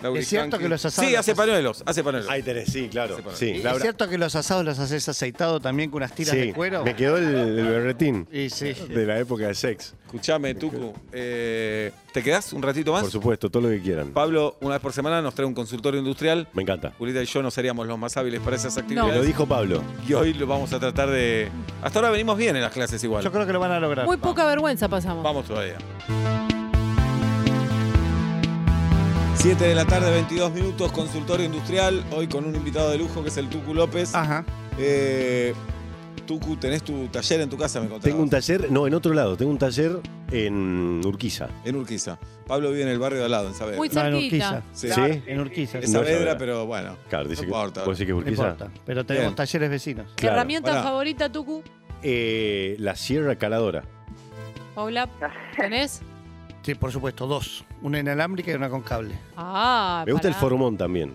S2: Lauri
S5: Es cierto
S2: Hanky.
S5: que los asados
S2: Sí,
S5: los
S2: hace
S5: hace-
S2: pañuelos, hace pañuelos.
S3: Ahí tenés, sí, claro.
S2: Sí, para-
S3: Sí,
S5: ¿Es
S3: Laura-
S5: cierto que los asados los haces aceitado también con unas tiras
S3: sí,
S5: de cuero?
S3: Me quedó el, el berretín
S5: Y sí.
S3: de la época de sex.
S2: Escuchame, Tucu, eh, ¿te quedás un ratito más?
S3: Por supuesto, todo lo que quieran.
S2: Pablo, una vez por semana, nos trae un consultorio industrial.
S3: Me encanta.
S2: Julita y yo no seríamos los más hábiles para esas
S4: No.
S3: Me
S2: actividades.
S3: lo dijo Pablo.
S2: Y hoy lo vamos a tratar de... Hasta ahora venimos bien en las clases igual.
S5: Yo creo que lo van a lograr.
S4: Muy poca vergüenza pasamos.
S2: Vamos todavía. 7 de la tarde, 22 minutos, consultorio industrial. Hoy con un invitado de lujo que es el Tucu López.
S3: Ah.
S5: Ajá.
S2: Eh, Tucu, tenés tu taller en tu casa, me contaste.
S3: Tengo un taller, no, en otro lado, tengo un taller en Urquiza.
S2: En Urquiza. Pablo vive en el barrio de al lado, en Saavedra.
S4: Muy
S5: No, en
S4: cerquita.
S5: Urquiza.
S2: Sí.
S3: ¿Sí?
S5: En Urquiza.
S2: Es
S3: No es
S2: Saavedra,
S3: Saavedra.
S2: pero bueno.
S3: Claro,
S2: no
S3: dice que,
S2: importa.
S3: ¿Vos decís que es
S5: No
S3: Urquiza?
S5: importa. Pero tenemos
S2: Bien.
S5: talleres vecinos.
S4: ¿Qué
S3: Claro.
S4: herramienta
S2: Pará.
S4: favorita, Tucu?
S3: Eh, la Sierra Caladora.
S4: Paula, ¿tenés?
S5: Sí, por supuesto, dos. Una inalámbrica y una con cable.
S4: Ah,
S3: Me gusta el
S4: pará.
S3: formón también.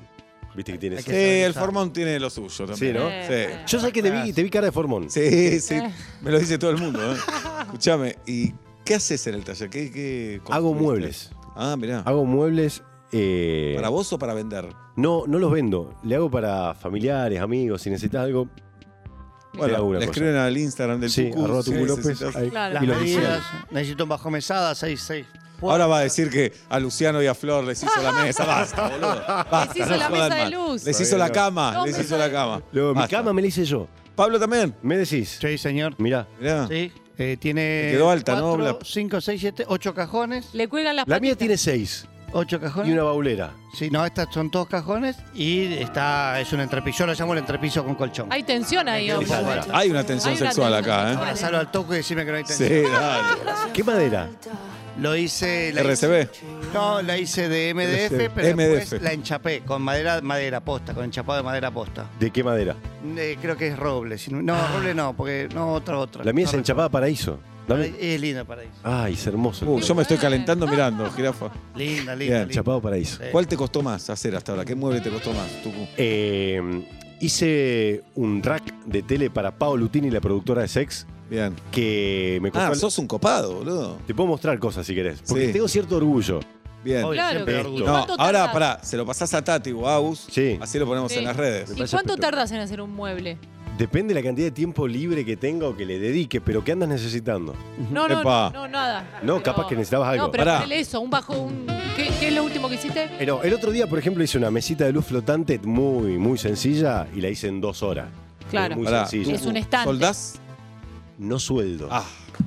S3: Viste que tiene
S5: Hay
S2: Sí,
S5: que
S3: ese-
S2: el Formón tiene lo suyo también.
S3: Sí, ¿no?
S4: Eh,
S2: Sí.
S3: Yo sé que te vi, te vi cara de formón.
S2: Sí, sí. Me lo dice todo el mundo. ¿eh? Escuchame, ¿y qué haces en el taller? ¿Qué, qué
S3: Hago
S2: construiste?
S3: muebles.
S2: Ah, mirá.
S3: Hago muebles. eh,
S2: ¿Para vos o para vender?
S3: No, no los vendo. Le hago para familiares, amigos, si necesitas algo. te hago
S2: Bueno,
S3: una
S2: le
S3: cosa.
S2: escriben al Instagram del
S3: Sí,
S2: Tucu,
S3: arroba
S2: si
S3: Tucu López,
S2: necesitas.
S3: ahí,
S4: Claro.
S5: Las
S3: y los
S5: medidas.
S3: diseños.
S5: Necesito un bajo mesada, 6-6.
S2: Ahora va a decir que a Luciano y a Flor les hizo la mesa. Basta, boludo. Basta,
S4: Les hizo la
S2: jodan
S4: mesa de
S2: más.
S4: luz.
S2: Les hizo la cama.
S4: No,
S2: les
S4: mesa
S2: hizo
S4: de-
S2: la cama.
S3: Luego, mi
S2: Basta.
S3: cama me la hice yo.
S2: Pablo también.
S3: Me decís.
S5: Sí, señor.
S3: Mirá.
S2: Mirá.
S5: Sí. eh, tiene.
S2: Ah. Te quedó alta, ¿no?
S5: 5, 6, 7, 8 cajones.
S4: Le cuelgan las
S3: La mía
S4: patitas.
S3: tiene seis
S5: 8 cajones.
S3: y una baulera.
S5: Sí, no, estas son todos cajones y está, es un entrepiso, yo lo llamo el entrepiso con colchón.
S4: Hay tensión ahí,
S5: Me quedó
S4: hombre.
S5: igual.
S2: Hay una tensión
S4: Hay una
S2: sexual
S4: tensión
S2: acá, ¿eh?
S4: sexual.
S5: Pasalo al toque y decime que no hay tensión.
S2: Sí, dale.
S3: ¿Qué madera?
S5: Lo hice... La
S2: RCB.
S5: No, la hice de MDF, pero
S2: MDF.
S5: después la enchapé con madera, madera posta, con enchapado de madera posta.
S3: ¿De qué madera?
S5: Eh, creo que es roble. si no, no,
S2: Ah.
S5: roble no, porque no, otra, otra.
S3: La mía es
S5: No,
S3: enchapada paraíso. Dame.
S5: Es linda paraíso.
S3: Ay, es hermoso.
S2: Uy, Uh, yo me estoy calentando mirando, jirafa.
S5: Linda, linda.
S2: Bien,
S5: linda.
S3: Enchapado paraíso.
S5: Sí.
S2: ¿Cuál te costó más hacer hasta ahora? ¿Qué mueble te costó más, Tucu?
S3: Eh, hice un rack de tele para Pao Lutini, la productora de Sex,
S2: Bien.
S3: que me costó.
S2: Ah, sos un copado, boludo.
S3: Te puedo mostrar cosas si querés. Porque
S2: Sí.
S3: tengo cierto orgullo.
S2: Bien.
S5: Obvio,
S4: Claro.
S5: siempre
S4: que-
S5: orgullo.
S4: ¿Y
S2: No,
S4: cuánto
S2: ahora
S4: tardás?
S2: pará, se lo pasás a Tati o a Agus.
S3: Sí.
S2: Así lo ponemos
S4: Sí.
S2: en las redes.
S4: ¿Y cuánto tardas en hacer un mueble?
S3: Depende la cantidad de tiempo libre que tenga o que le dedique, pero ¿qué andas necesitando?
S4: No, no,
S2: Epa.
S4: no, no, nada.
S3: No, capaz que necesitabas algo.
S4: No, pero
S2: Pará.
S4: ponele eso, un bajo, un... ¿Qué, qué es lo último que hiciste?
S3: Eh, no, el otro día, por ejemplo, hice una mesita de luz flotante muy, muy sencilla y la hice en dos horas.
S4: Claro.
S3: Es muy
S2: Pará.
S3: sencilla.
S4: Es un estante.
S2: ¿Soldás?
S3: No sueldo.
S2: Ah.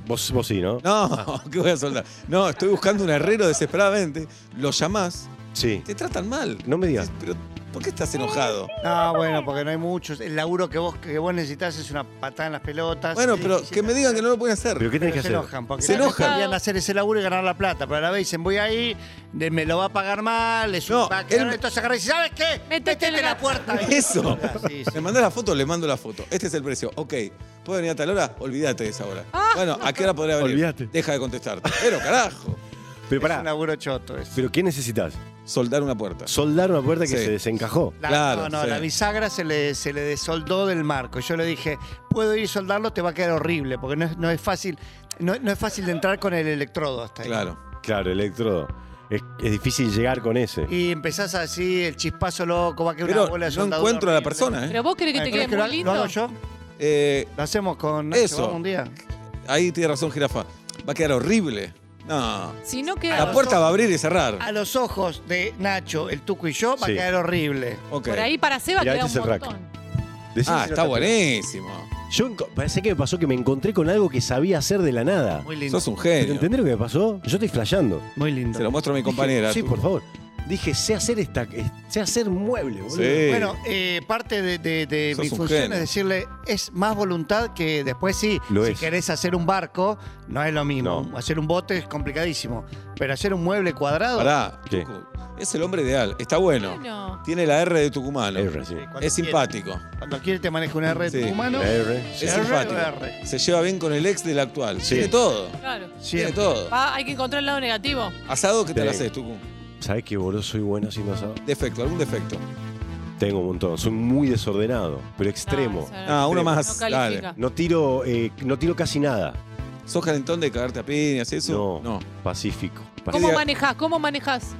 S3: Vos, vos sí, ¿no?
S2: No, ¿qué voy a soldar? No, estoy buscando un herrero desesperadamente. Lo llamás,
S3: Sí.
S2: te tratan mal.
S3: No me digas.
S2: Dices, Pero, ¿por qué estás enojado?
S5: No, bueno, porque no hay muchos. El laburo que vos, que vos necesitas es una patada en las pelotas.
S2: Bueno,
S5: Sí,
S2: pero
S5: sí,
S2: que me digan que no lo pueden hacer.
S3: ¿Pero qué tenés
S5: Pero
S3: que
S5: se
S3: hacer?
S5: enojan, porque
S2: Se
S5: la gente
S2: enojan.
S5: querían hacer ese laburo y ganar la plata, pero a la vez dicen, voy ahí, de- me lo va a pagar mal, es un
S2: No,
S5: paquete,
S2: él-
S5: entonces agarra y dice, ¿sabes qué?
S4: Métete en
S5: en
S4: la-
S5: la puerta. Ah,
S2: Eso.
S5: Sí,
S2: ¿Me
S5: sí.
S2: mandás la foto? Le mando la foto. Este es el precio. Ok. ¿Puedo venir a tal hora? Olvídate de esa hora.
S5: Ah.
S2: Bueno, ¿a qué hora podría venir?
S3: Olvídate.
S2: Deja de contestarte. Pero carajo.
S3: Pero
S5: Es un
S3: pará,
S5: laburo choto eso.
S3: ¿pero qué necesitas?
S2: Soldar una puerta.
S3: Soldar una puerta que
S2: Sí.
S3: se desencajó.
S5: La-
S2: Claro,
S5: no, no,
S2: sí.
S5: la bisagra se le, se le desoldó del marco. Yo le dije, puedo ir y soldarlo, te va a quedar horrible, porque no es, no es fácil, no, no es fácil de entrar con el electrodo hasta ahí.
S2: Claro.
S3: Claro, el electrodo. Es, es difícil llegar con ese.
S5: Y empezás así, el chispazo loco, va a quedar una
S2: Pero
S5: bola de
S2: no
S5: soldadura
S2: encuentro a la
S5: horrible.
S2: persona, ¿eh?
S4: ¿Pero vos querés que
S5: Ay,
S4: te
S5: ¿querés
S4: quede
S5: que lo,
S4: muy
S5: ha- lo hago
S4: lindo?
S5: yo?
S2: Eh,
S5: Lo hacemos con Nacho,
S2: Eso.
S5: vamos un día.
S2: ahí tiene razón, jirafa. Va a quedar horrible. No.
S4: Si no queda...
S2: La puerta va a abrir y
S5: A
S2: cerrar.
S5: los ojos de Nacho, el Tuco y yo, va
S3: Sí.
S5: a quedar horrible.
S2: Ok.
S4: Por ahí para Seba
S3: Mirá,
S4: queda
S3: este
S4: un
S3: es el rack.
S4: montón.
S3: Decí
S2: Ah,
S3: si no
S2: está
S3: tatuaje.
S2: buenísimo.
S3: Yo enco- parece que me pasó que me encontré con algo que sabía hacer de la nada.
S5: Muy lindo.
S2: Sos un genio.
S3: ¿Entendés lo que me pasó? Yo estoy flasheando.
S5: Muy
S2: Se lo
S5: lindo.
S2: muestro a mi
S3: Dije,
S2: compañera.
S3: Sí,
S2: tú.
S3: por favor. Dije, sé hacer esta, eh, sé hacer mueble, boludo.
S2: Sí.
S5: Bueno, eh, parte de, de- de
S2: Sos
S5: mi
S2: un
S5: función
S2: genio.
S5: es decirle, es más voluntad que después sí.
S3: Lo
S5: si
S3: es.
S5: querés hacer un barco, no es lo mismo.
S3: No.
S5: Hacer un bote es complicadísimo. Pero hacer un mueble cuadrado. eh,
S2: Pará,
S3: Sí.
S2: Tucu, es el hombre ideal. Está bueno.
S4: Bueno.
S2: Tiene la R de Tucumano.
S3: R, sí.
S2: Es
S5: cuando quiere-
S2: simpático.
S5: Cuando quiere te maneja una red
S2: Sí.
S5: humano.
S3: La R, sí.
S2: Es
S5: R o
S2: simpático.
S5: R.
S2: Se lleva bien con el ex del actual.
S3: Sí.
S2: Tiene todo.
S4: Claro.
S2: Tiene
S5: Siempre.
S2: todo.
S4: Va, hay que encontrar el lado negativo.
S2: Asado, ¿qué te
S3: Sí.
S2: lo haces, Tucu?
S3: ¿Sabés qué, boludo? Soy bueno haciendo asado.
S2: Defecto, algún defecto.
S3: Tengo un montón. Soy muy desordenado, pero extremo.
S4: No, eso no.
S2: Ah, uno
S3: Extremo.
S2: más.
S4: No
S2: Dale.
S4: califica.
S3: No tiro, eh, no tiro casi nada.
S2: ¿Sos calentón de cagarte a piñas y eso?
S3: No, pacífico.
S4: ¿Cómo
S3: pacífico.
S2: Diga-
S4: manejás? ¿Cómo manejás?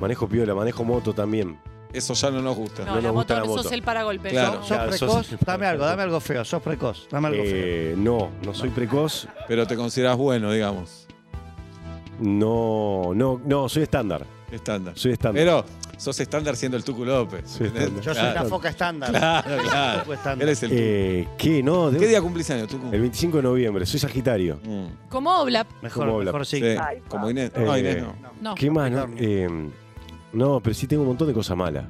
S3: Manejo piola, manejo moto también.
S2: Eso ya no nos gusta.
S4: No,
S3: nos
S4: la
S3: gusta
S4: moto,
S3: la moto.
S4: sos el paragolpe.
S2: Claro.
S4: ¿no?
S5: Sos
S3: Claro,
S5: precoz.
S3: sos-
S5: Dame algo, dame algo feo. Sos precoz. Dame algo feo.
S3: Eh, no, no soy precoz.
S2: Pero te consideras bueno, digamos.
S3: No, no, no, soy estándar.
S2: Estándar.
S3: Soy estándar.
S2: Pero sos estándar siendo el Tucu López.
S3: Soy
S2: ¿entendés?
S3: estándar.
S5: Yo soy
S2: Claro.
S5: una foca estándar.
S2: Claro,
S5: Un poco
S2: claro.
S5: estándar.
S2: Él es el Tucu.
S3: Eh, ¿Qué? No, de-
S2: ¿Qué día cumplís años, Tucu?
S3: el 25 de noviembre, soy Sagitario.
S2: Mm,
S4: Como Oblap.
S5: Mejor,
S3: Como habla.
S5: mejor sí.
S2: sí, como Inés. No,
S3: Eh,
S2: Inés no.
S4: No.
S3: ¿Qué más? No,
S5: Capricornio.
S3: Eh, no, pero sí tengo un montón de cosas malas.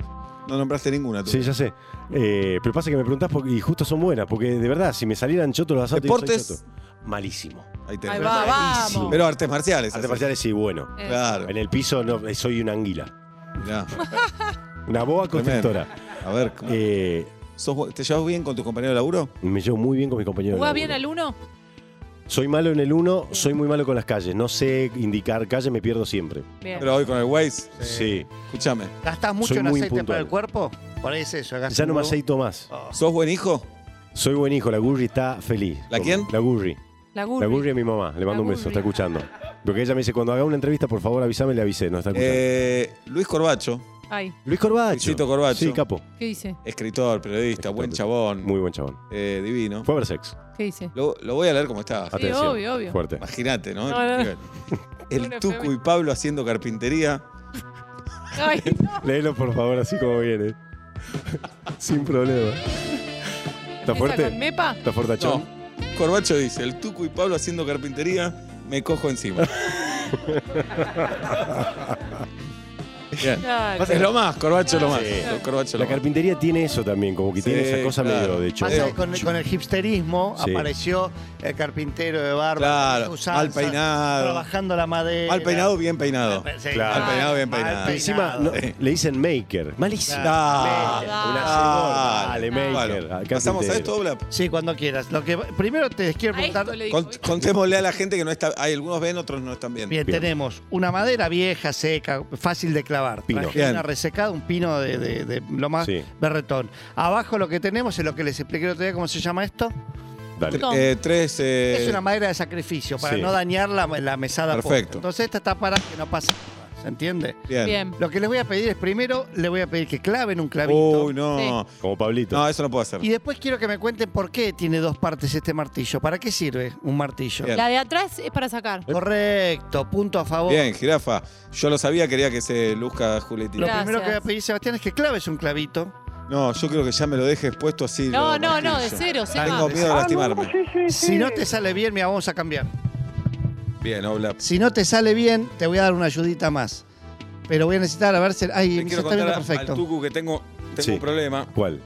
S2: No nombraste ninguna, Tucu.
S3: Sí, ya sé. Eh, pero pasa que me preguntás porque, y justo son buenas, porque de verdad, si me salieran chotos los asados, digo, soy
S2: Deportes.
S3: choto. malísimo.
S2: Ahí te
S4: Ahí va, vamos.
S2: Pero artes marciales.
S3: Artes
S2: así.
S3: marciales sí, bueno.
S4: Eh,
S2: Claro.
S3: En el piso no, eh, soy una anguila.
S2: mirá.
S3: Una boa constrictora.
S2: A ver, ¿cómo-
S3: Eh,
S2: ¿sos bu- ¿te llevas bien con tu compañero de laburo?
S3: me llevo muy bien con mis compañeros. de
S4: ¿Jugás
S3: laburo.
S4: bien al uno?
S3: Soy malo en el uno, soy muy malo con las calles. No sé indicar calles, me pierdo siempre.
S4: Bien.
S2: Pero hoy con el Waze,
S3: Sí.
S2: escúchame.
S5: ¿Gastás mucho
S3: Soy
S5: en
S3: muy
S5: aceite
S3: impuntual.
S5: para el cuerpo? Por ahí es eso. gastas
S3: Ya no
S5: un
S3: me
S5: huevo.
S3: aceito más.
S5: Oh.
S2: ¿Sos buen hijo?
S3: Soy buen hijo, la Gurri está feliz.
S2: ¿La
S3: Con-
S2: quién?
S3: La Gurri.
S4: La
S3: La Gurri
S4: Gurri.
S3: es mi mamá, le mando
S4: La
S3: un beso,
S4: Gurri.
S3: está escuchando. Porque ella me dice, cuando haga una entrevista, por favor avísame, le avisé, no está escuchando.
S2: Eh, Luis Corbacho,
S4: Ay,
S3: Luis Corbacho.
S2: Luisito Corbacho.
S3: Sí, capo.
S4: ¿qué dice?
S2: escritor, periodista, buen chabón,
S3: Muy buen chabón.
S2: eh, divino.
S3: Fue a ver sex.
S4: ¿Qué dice?
S2: Lo, lo voy a leer como está.
S4: Sí,
S3: Atención.
S4: obvio, obvio.
S3: Fuerte.
S2: Imagínate, ¿no?
S4: No, no,
S2: El
S4: Una
S2: Tucu y Pablo haciendo carpintería.
S4: Ay, no.
S3: Léelo, por favor, así como viene. Sin problema. ¿Está
S4: ¿Esa con
S3: fuerte?
S4: Mepa?
S3: ¿Está fortachón?
S2: No. Corbacho dice, el Tucu y Pablo haciendo carpintería, me cojo encima. Bien.
S4: Claro.
S2: Es lo más, Corbacho es lo más.
S3: Sí.
S2: Corbacho es lo
S3: La
S2: más.
S3: carpintería tiene eso también, como que
S2: Sí,
S3: tiene esa cosa
S2: claro. Eh,
S3: medio de hecho.
S5: Pasa que con, con el hipsterismo
S3: Sí.
S5: apareció el carpintero de barba.
S2: Claro,
S5: con su usanza,
S2: mal peinado.
S5: Trabajando la madera. Ah,
S2: Mal peinado, bien
S3: Ah,
S2: peinado.
S5: Sí,
S3: Claro.
S2: Mal peinado, bien peinado.
S3: Encima no,
S2: Sí.
S3: le dicen maker. Malísimo.
S5: Claro.
S2: Dale.
S4: Ah,
S3: Un
S2: Ah,
S3: hacedor. Dale, maker.
S2: Bueno,
S3: al
S2: ¿Pasamos a
S3: carpintero.
S2: esto, Oblap?
S5: Sí, cuando quieras. Lo que primero te quiero
S4: A
S5: preguntar.
S4: esto le dijo.
S2: Cont-
S4: ¿viste?
S2: contémosle a la gente que no está. Hay algunos ven, otros no están bien.
S5: Bien,
S3: Bien.
S5: tenemos una madera vieja, seca, fácil de clavar.
S3: Pino.
S5: Traje
S2: Bien.
S5: Una resecada, un pino de, de- de lo más
S3: Sí.
S5: berretón. Abajo lo que tenemos es lo que les expliqué el otro día, ¿cómo se llama esto?
S3: Dale.
S4: No.
S2: Eh, tres. eh,
S5: es una madera de sacrificio para
S3: sí.
S5: no dañar la, la mesada. posta.
S2: Perfecto.
S5: Entonces esta está para que no pase nada, ¿se entiende?
S2: bien.
S4: Bien.
S5: Lo que les voy a pedir es primero, les voy a pedir que claven un clavito.
S2: Uy, no.
S3: Como Pablito.
S2: No, eso no puedo hacer.
S5: Y después quiero que me cuenten por qué tiene dos partes este martillo. ¿Para qué sirve un martillo?
S2: Bien.
S4: La de atrás es para sacar.
S5: Correcto, punto a favor.
S2: Bien, jirafa. Yo lo sabía, quería que se luzca
S5: Lo
S2: Julietita.
S4: Gracias.
S5: primero que voy a pedir, Sebastián, es que claves un clavito.
S2: No, yo creo que ya me lo dejes puesto así.
S4: No,
S2: lo
S4: no, no, de
S2: martillo.
S4: cero, Seba.
S2: Tengo miedo
S3: Ah,
S2: de lastimarme.
S5: Si no te sale bien, mira, vamos a cambiar.
S2: Bien, Oblap.
S5: Si no te sale bien, te voy a dar una ayudita más. Pero voy a necesitar a ver si. Ay,
S2: Te
S5: me
S2: quiero
S5: está viendo
S2: contar a- al
S5: perfecto.
S2: Tucu que tengo, tengo
S3: Sí.
S2: un problema.
S3: ¿Cuál?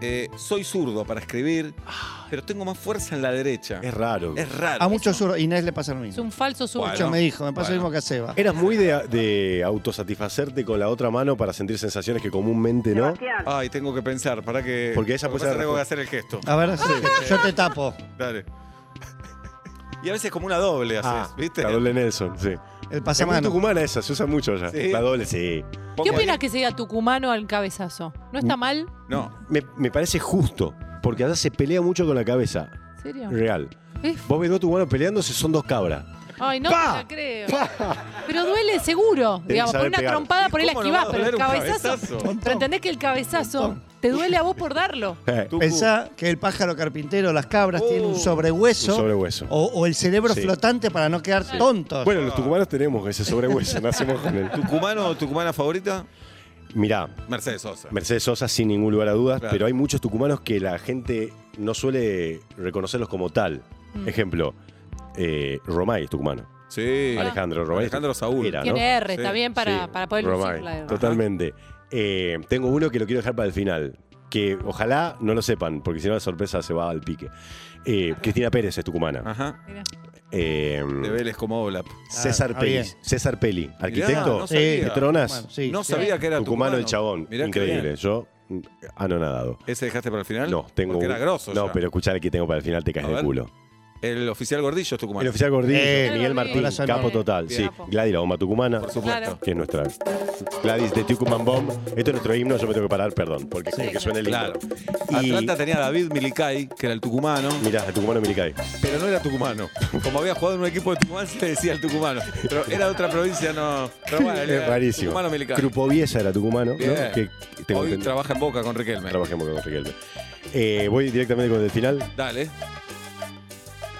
S2: Eh, soy zurdo para escribir,
S4: Ah.
S2: pero tengo más fuerza en la derecha.
S3: Es raro.
S2: Es raro.
S5: A muchos sur, Inés le pasa lo
S4: Es
S5: mismo.
S4: un falso
S2: Bueno.
S4: surcho.
S5: Mucho me dijo, me pasa
S2: Bueno.
S5: lo mismo que a Seba.
S3: Eras muy de, de autosatisfacerte con la otra mano para sentir sensaciones que comúnmente no.
S2: Ay, tengo que pensar, para que.
S3: Porque esa
S2: lo que
S3: puede ser
S2: pasa
S3: la
S2: es que Tengo que
S3: respuesta.
S2: hacer el gesto.
S5: A ver, sí, yo te tapo.
S2: Dale. Y a veces como una doble haces, Ah, ¿viste?
S3: Ah, La doble Nelson, sí.
S5: El
S3: Es muy
S5: pasamano.
S3: tucumana esa, se usa mucho allá.
S2: Sí.
S3: La doble, sí.
S4: ¿Qué
S2: Pongo ahí.
S4: opinas que se diga tucumano al cabezazo? ¿No
S2: Mm.
S4: está mal?
S2: No.
S3: Me, me parece justo, porque allá se pelea mucho con la cabeza.
S4: ¿En serio?
S3: Real.
S4: Eh,
S3: Vos ves dos tucumanos peleándose, son dos cabras.
S4: Ay, no
S5: Pa.
S4: te la creo. Pero duele seguro.
S3: que
S4: digamos, por
S3: saber
S4: una
S3: pegar.
S4: trompada por ahí la
S2: ¿Cómo no va a
S4: esquivás, pero
S2: doler
S4: el
S2: un
S4: cabezazo.
S2: cabezazo?
S4: Pero entendés que el cabezazo te duele a vos por darlo.
S3: Eh,
S2: Tucu.
S5: Pensá que el pájaro carpintero, las cabras,
S2: Oh.
S5: tienen un sobrehueso.
S3: Un sobrehueso.
S5: O, o el cerebro
S3: Sí.
S5: flotante para no quedar tontos.
S3: Bueno, los tucumanos tenemos ese sobrehueso, nacemos con él.
S2: ¿Tucumano o tucumana favorita?
S3: Mirá,
S2: Mercedes Sosa.
S3: Mercedes Sosa sin ningún lugar a dudas,
S2: Claro.
S3: pero hay muchos tucumanos que la gente no suele reconocerlos como tal.
S4: Mm.
S3: Ejemplo, eh, Romay es tucumano.
S2: sí.
S3: Alejandro Romay. es
S2: Alejandro Saúl.
S3: Era, ¿no?
S4: Tiene R,
S2: Sí,
S4: está bien para,
S2: sí.
S4: para poder
S3: Romay,
S4: lucirla. además.
S3: Totalmente. Eh, tengo uno que lo quiero dejar para el final. Que ojalá no lo sepan, porque si no la sorpresa se va al pique. Eh, Cristina Pérez es tucumana.
S2: Ajá.
S4: Mirá.
S3: Eh,
S2: De Vélez como Oblap.
S3: César
S5: Ah,
S3: Peli.
S5: bien.
S3: César Peli, arquitecto.
S2: no
S3: ¿Te
S2: sabía.
S3: tronas?
S5: Ah, Bueno, sí.
S2: No
S5: Sí.
S2: sabía que era
S3: Tucumano el chabón.
S2: Mirá qué
S3: Increíble.
S2: bien.
S3: Yo mm, anonadado.
S2: ¿Ese dejaste para el final?
S3: No, tengo
S2: Porque
S3: un-
S2: era grosso
S3: No,
S2: ya.
S3: pero escuchar el que tengo para el final te
S2: A
S3: caes de
S2: ver.
S3: culo.
S2: El oficial gordillo es tucumano.
S3: El oficial Gordillo,
S5: Eh,
S3: Miguel Martín,
S4: Gordillo.
S3: capo
S4: Bien.
S3: total.
S2: Bien.
S3: Sí,
S4: Capo.
S3: Gladys, la bomba tucumana.
S2: Por supuesto.
S4: Claro.
S3: Que es nuestra. Gladys de Tucumán Bomb. Esto es nuestro himno, yo me tengo que parar, perdón, porque como
S4: Sí,
S3: que suena el himno.
S2: Claro. Ah,
S3: Y-
S2: Atlanta tenía a David Milicay, que era el tucumano,
S3: Mirá, el tucumano Miricay.
S2: pero no era tucumano. Como había jugado en un equipo de Tucumán, se le decía el tucumano. Pero era de otra provincia, no. Pero bueno, él
S3: Es
S2: era
S3: rarísimo.
S2: Tucumano Milicay.
S3: Crupoviesa era tucumano, ¿no?
S2: Bien.
S3: Que tengo
S2: Hoy
S3: entendido-
S2: trabaja en Boca con Riquelme.
S3: Trabajemos con Riquelme. Eh, voy directamente con el final.
S2: Dale.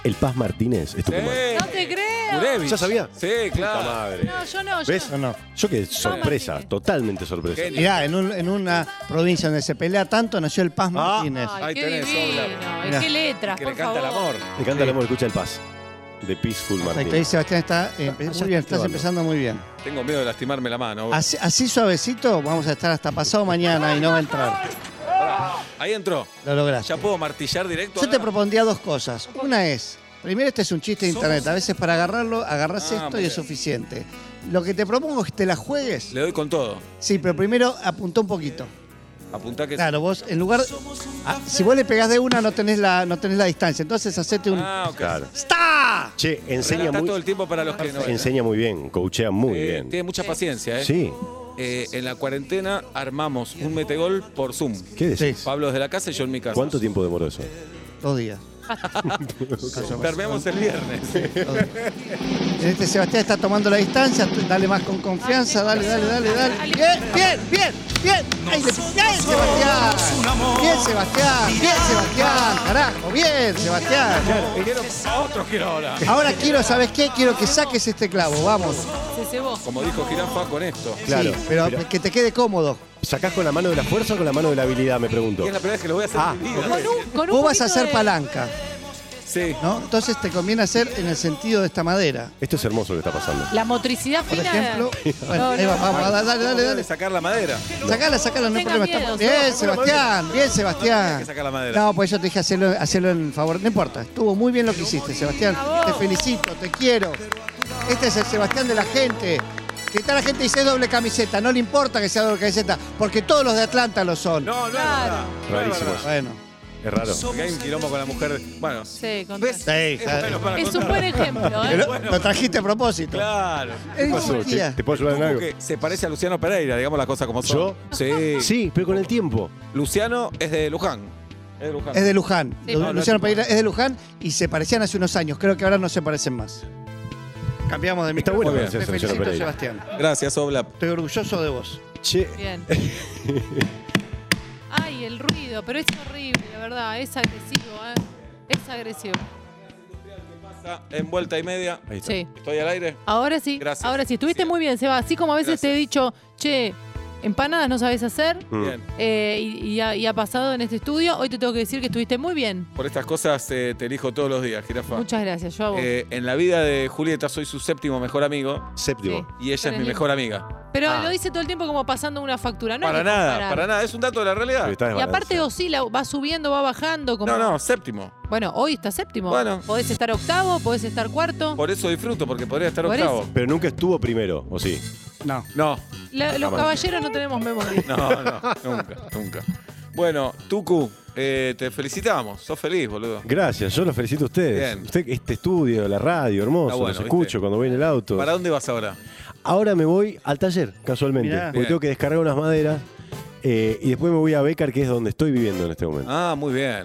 S3: El Paz Martínez es tucumano.
S4: No te creo.
S2: Gurevich.
S3: ¿Ya sabía?
S2: Sí,
S3: Puta
S2: claro.
S3: madre.
S4: No, yo no. Yo
S3: ¿Ves?
S5: No, no.
S3: Yo quedé sorpresa,
S4: Martínez.
S3: totalmente sorpresa.
S2: Genio.
S5: Mirá, en, un- en una provincia donde se pelea tanto nació el Paz Martínez.
S4: no.
S2: Ahí
S4: Ay, qué
S2: tenés,
S4: divino.
S2: Oblak.
S4: Ay,
S5: Mirá.
S4: qué letras,
S2: Que
S4: por
S2: le canta el
S4: favor.
S2: amor.
S3: Me encanta el amor, escucha el Paz. De Peaceful
S5: Perfecto,
S3: Martínez.
S5: ahí Sebastián está eh, empe-
S3: Ya está
S5: muy bien, estás
S3: activando.
S5: empezando muy bien.
S2: Tengo miedo de lastimarme la mano.
S5: Así, así suavecito vamos a estar hasta pasado mañana y no va a entrar.
S2: Ahí entró.
S5: Lo lograste.
S2: ¿Ya puedo martillar directo?
S5: Yo te
S2: ahora?
S5: propondría dos cosas. Una es, primero este es un chiste de
S2: Somos-
S5: internet, a veces para agarrarlo agarras
S2: Ah,
S5: esto
S2: muy
S5: y es
S2: bien.
S5: suficiente. Lo que te propongo es que te la juegues.
S2: Le doy con todo.
S5: Sí, pero primero apuntó un poquito.
S2: Apuntá que
S5: Claro, vos en lugar. Ah, si vos le pegás de una no tenés la, no tenés la distancia. Entonces hacete un.
S2: Ah, ok.
S3: Claro.
S5: ¡Está!
S3: Che, enseña
S2: Relata
S3: muy,
S2: todo el tiempo para los que no.
S3: enseña muy bien, coachea muy
S2: Eh,
S3: bien.
S2: Tiene mucha paciencia, ¿eh?
S3: Sí,
S2: Eh, en la cuarentena armamos un metegol por Zoom.
S3: ¿qué decís?
S5: Sí.
S2: Pablo desde la casa y yo en mi casa.
S3: ¿Cuánto tiempo demoró eso?
S5: Dos días.
S2: Terminamos el viernes.
S5: Dos días. Este Sebastián está tomando la distancia. tú Dale más con
S4: Ah,
S5: confianza. Dale, dale, dale, dale. Bien, bien, bien, bien. Ahí le- bien, Sebastián. Bien, Sebastián. Bien, Sebastián. Carajo, bien, Sebastián.
S2: Quiero a otros quiero ahora.
S5: Ahora quiero, ¿sabes qué? Quiero que saques este clavo. Vamos.
S4: Se cebó.
S2: Como dijo Girafa con esto.
S3: Claro,
S5: Sí, pero,
S3: pero-
S5: que te quede cómodo.
S3: ¿Sacás con la mano de la fuerza o con la mano de la habilidad? Me pregunto.
S2: Y es la primera vez que lo voy a hacer
S3: Ah,
S2: en mi vida.
S4: Con un, con un
S5: Vos vas
S4: poquito
S5: a hacer
S4: de-
S5: palanca,
S2: Sí.
S5: ¿no? Entonces te conviene hacer en el sentido de esta madera.
S3: Esto es hermoso lo que está pasando.
S4: La motricidad
S5: Por
S4: fina.
S5: ejemplo. Bueno,
S4: No,
S5: ahí va,
S4: no.
S5: vamos, Ah, dale, dale, dale.
S2: De
S5: dale.
S2: sacar la madera.
S5: Sacala, sacala, no hay
S4: Tenga miedo,
S5: problema. Estamos- bien,
S4: Seba,
S5: Sebastián, bien,
S2: que
S5: Sebastián.
S2: sacar la madera.
S5: No, pues yo te dije hacerlo, hacerlo en favor. No importa, estuvo muy bien lo que hiciste, Sebastián.
S4: Bravo.
S5: Te felicito, te quiero. Este es el Sebastián de la gente. Que está la gente y dice "Es doble camiseta, no le importa que sea doble camiseta, porque todos los de Atlanta lo son.
S2: No, no.
S4: Claro.
S2: no, no, no, no.
S3: Rarísimo eso.
S5: Bueno.
S3: Es raro.
S2: Porque hay un quilombo con la mujer. Bueno.
S4: Sí, con-
S2: ¿Ves?
S5: Sí,
S2: Es
S5: claro.
S2: bueno para
S4: Es un
S2: contar.
S4: buen ejemplo, ¿eh?
S5: Pero Eh, lo trajiste a propósito.
S2: Claro.
S5: Es
S3: ¿Qué pasó? ¿Te,
S5: divertida.
S3: te puedo ayudar en algo?
S2: Porque se parece a Luciano Pereira, digamos las cosas como son.
S3: ¿Yo?
S2: Sí.
S3: Sí, pero con el tiempo.
S2: Luciano es de Luján. Es de Luján.
S5: Es de Luján.
S4: Sí.
S5: Lu-
S4: No, no,
S5: Luciano
S2: no.
S5: Pereira es de Luján y se parecían hace unos años. Creo que ahora no se parecen más. Cambiamos de
S3: Está
S5: micrófono.
S3: bueno
S2: Muy
S3: que
S2: bien.
S5: Te
S3: sea Luciano
S5: felicito,
S3: Pereira.
S5: Sebastián.
S2: Gracias, Obla.
S5: Estoy orgulloso de vos.
S3: Che,
S4: Bien. Ay, el ruido, pero es horrible, la verdad. Es agresivo, ¿eh? Es agresivo.
S2: En vuelta y media.
S3: ahí está.
S4: Sí.
S2: Estoy al aire.
S4: Ahora sí.
S2: Gracias.
S4: Ahora sí. Estuviste muy bien, Seba. Así como a veces te he dicho, che, empanadas no sabes hacer.
S3: Mm.
S2: Bien.
S4: eh, y, y ha, y ha pasado en este estudio. Hoy te tengo que decir que estuviste muy bien.
S2: Por estas cosas eh, te elijo todos los días, jirafa.
S4: Muchas gracias, yo a vos.
S2: Eh, en la vida de Julieta soy su séptimo mejor amigo
S3: Séptimo.
S4: Sí.
S2: y ella
S4: Pero
S2: es mi
S4: ni-
S2: mejor amiga.
S4: Pero
S3: ah.
S4: lo dice todo el tiempo como pasando una factura. No hay
S2: para
S4: que
S2: nada,
S4: comparar.
S2: para nada. Es un dato de la realidad.
S3: Pero está
S4: Y aparte
S3: desbalanceado.
S4: oscila, va subiendo, va bajando. Como...
S2: No, no, séptimo.
S4: Bueno, hoy está séptimo.
S2: Bueno.
S4: Podés estar octavo, podés estar cuarto.
S2: Por eso disfruto, porque podría estar
S4: Por
S2: octavo.
S3: Pero nunca estuvo primero, ¿o sí?
S5: No.
S2: No,
S4: La- los
S3: Jamás.
S4: caballeros no tenemos memoria.
S2: no, no, nunca, nunca. Bueno, Tucu, eh, te felicitamos. Sos feliz, boludo.
S3: Gracias, yo los felicito a ustedes.
S2: Bien.
S3: Usted, este estudio, la radio, hermoso,
S2: Está bueno,
S3: los
S2: ¿viste?
S3: escucho cuando voy en el auto.
S2: ¿Para dónde vas ahora?
S3: Ahora me voy al taller, casualmente,
S5: Mirá.
S3: porque
S2: Bien.
S3: tengo que descargar unas maderas eh, y después me voy a Becar, que es donde estoy viviendo en este momento.
S2: Ah, muy bien.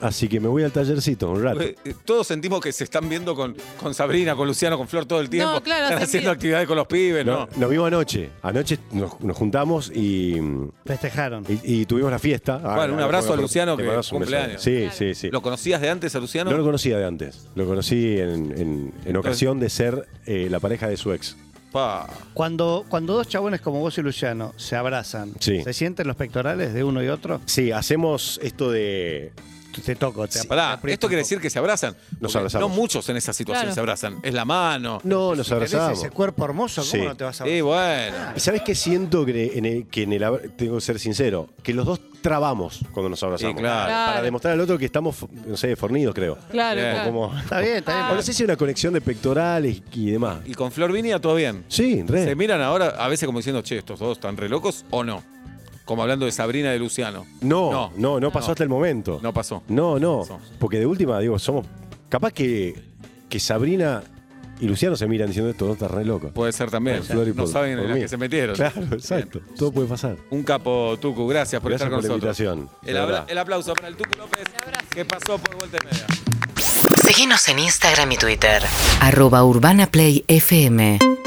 S3: Así que me voy al tallercito un rato.
S2: Eh, eh, Todos sentimos que se están viendo con, con Sabrina, con Luciano, con Flor todo el tiempo.
S4: No, claro,
S2: están
S4: hace
S2: haciendo
S4: envidia.
S2: actividades con los pibes, eh, ¿no?
S3: No, Nos vimos anoche. Anoche nos, nos juntamos y, y,
S5: Festejaron.
S3: y tuvimos la fiesta. Ah,
S2: Bueno, un
S3: no,
S2: abrazo
S3: no,
S2: a
S3: no,
S2: Luciano,
S3: te
S2: que
S3: mandamos un beso.
S2: cumpleaños.
S3: Sí,
S4: Claro.
S3: sí, sí.
S2: ¿Lo conocías de antes a Luciano?
S3: No lo conocía de antes. Lo conocí en, en- en ocasión de ser eh, la pareja de su ex.
S2: Pa.
S5: Cuando, cuando dos chabones como vos y Luciano se abrazan,
S3: Sí.
S5: ¿se sienten los pectorales de uno y otro?
S3: Sí, hacemos esto de.
S5: Te toco, te ap- te
S2: Pará,
S5: aprieto
S2: esto
S5: un
S2: quiere
S5: poco.
S2: decir que se abrazan. Porque
S3: abrazamos.
S2: No muchos en esa situación
S4: Claro.
S2: se abrazan. Es la mano.
S3: No, nos
S5: Si tenés
S3: abrazamos.
S5: ese cuerpo hermoso, ¿cómo
S3: Sí.
S5: no te vas a
S2: Y bueno.
S3: ¿Y sabes qué siento que en el, que en el abra- tengo que ser sincero? Que los dos trabamos cuando nos abrazamos.
S2: Sí, claro.
S4: Claro.
S3: Para demostrar al otro que estamos, no sé, fornidos, creo.
S4: Claro,
S2: Bien.
S4: claro.
S3: Como,
S5: Está bien, está bien.
S3: o no sé si hay una conexión de pectorales y demás.
S2: Y con Flor Vinia todo bien.
S3: Sí, re.
S2: Se miran ahora a veces como diciendo, che, estos dos están re locos o no. Como hablando de Sabrina de Luciano.
S3: No, no, no, pasó hasta el momento.
S2: No pasó.
S3: No, no.
S2: Pasó.
S3: Porque de última, digo, somos. Capaz que, que Sabrina y Luciano se miran diciendo esto, no estás re loco.
S2: Puede ser también.
S3: Por Flor y
S2: no
S3: por-
S2: saben
S3: por
S2: en la
S3: mí.
S2: que se metieron.
S3: Claro, exacto. Todo puede pasar.
S2: Un capo, Tucu. Gracias por
S3: Gracias
S2: estar con
S3: por la
S2: nosotros.
S3: invitación, de
S2: El, abra-
S3: verdad.
S2: el aplauso para el Tucu López que pasó por vuelta y media.
S1: Seguinos en Instagram y Twitter.
S6: arroba urbanaplayfm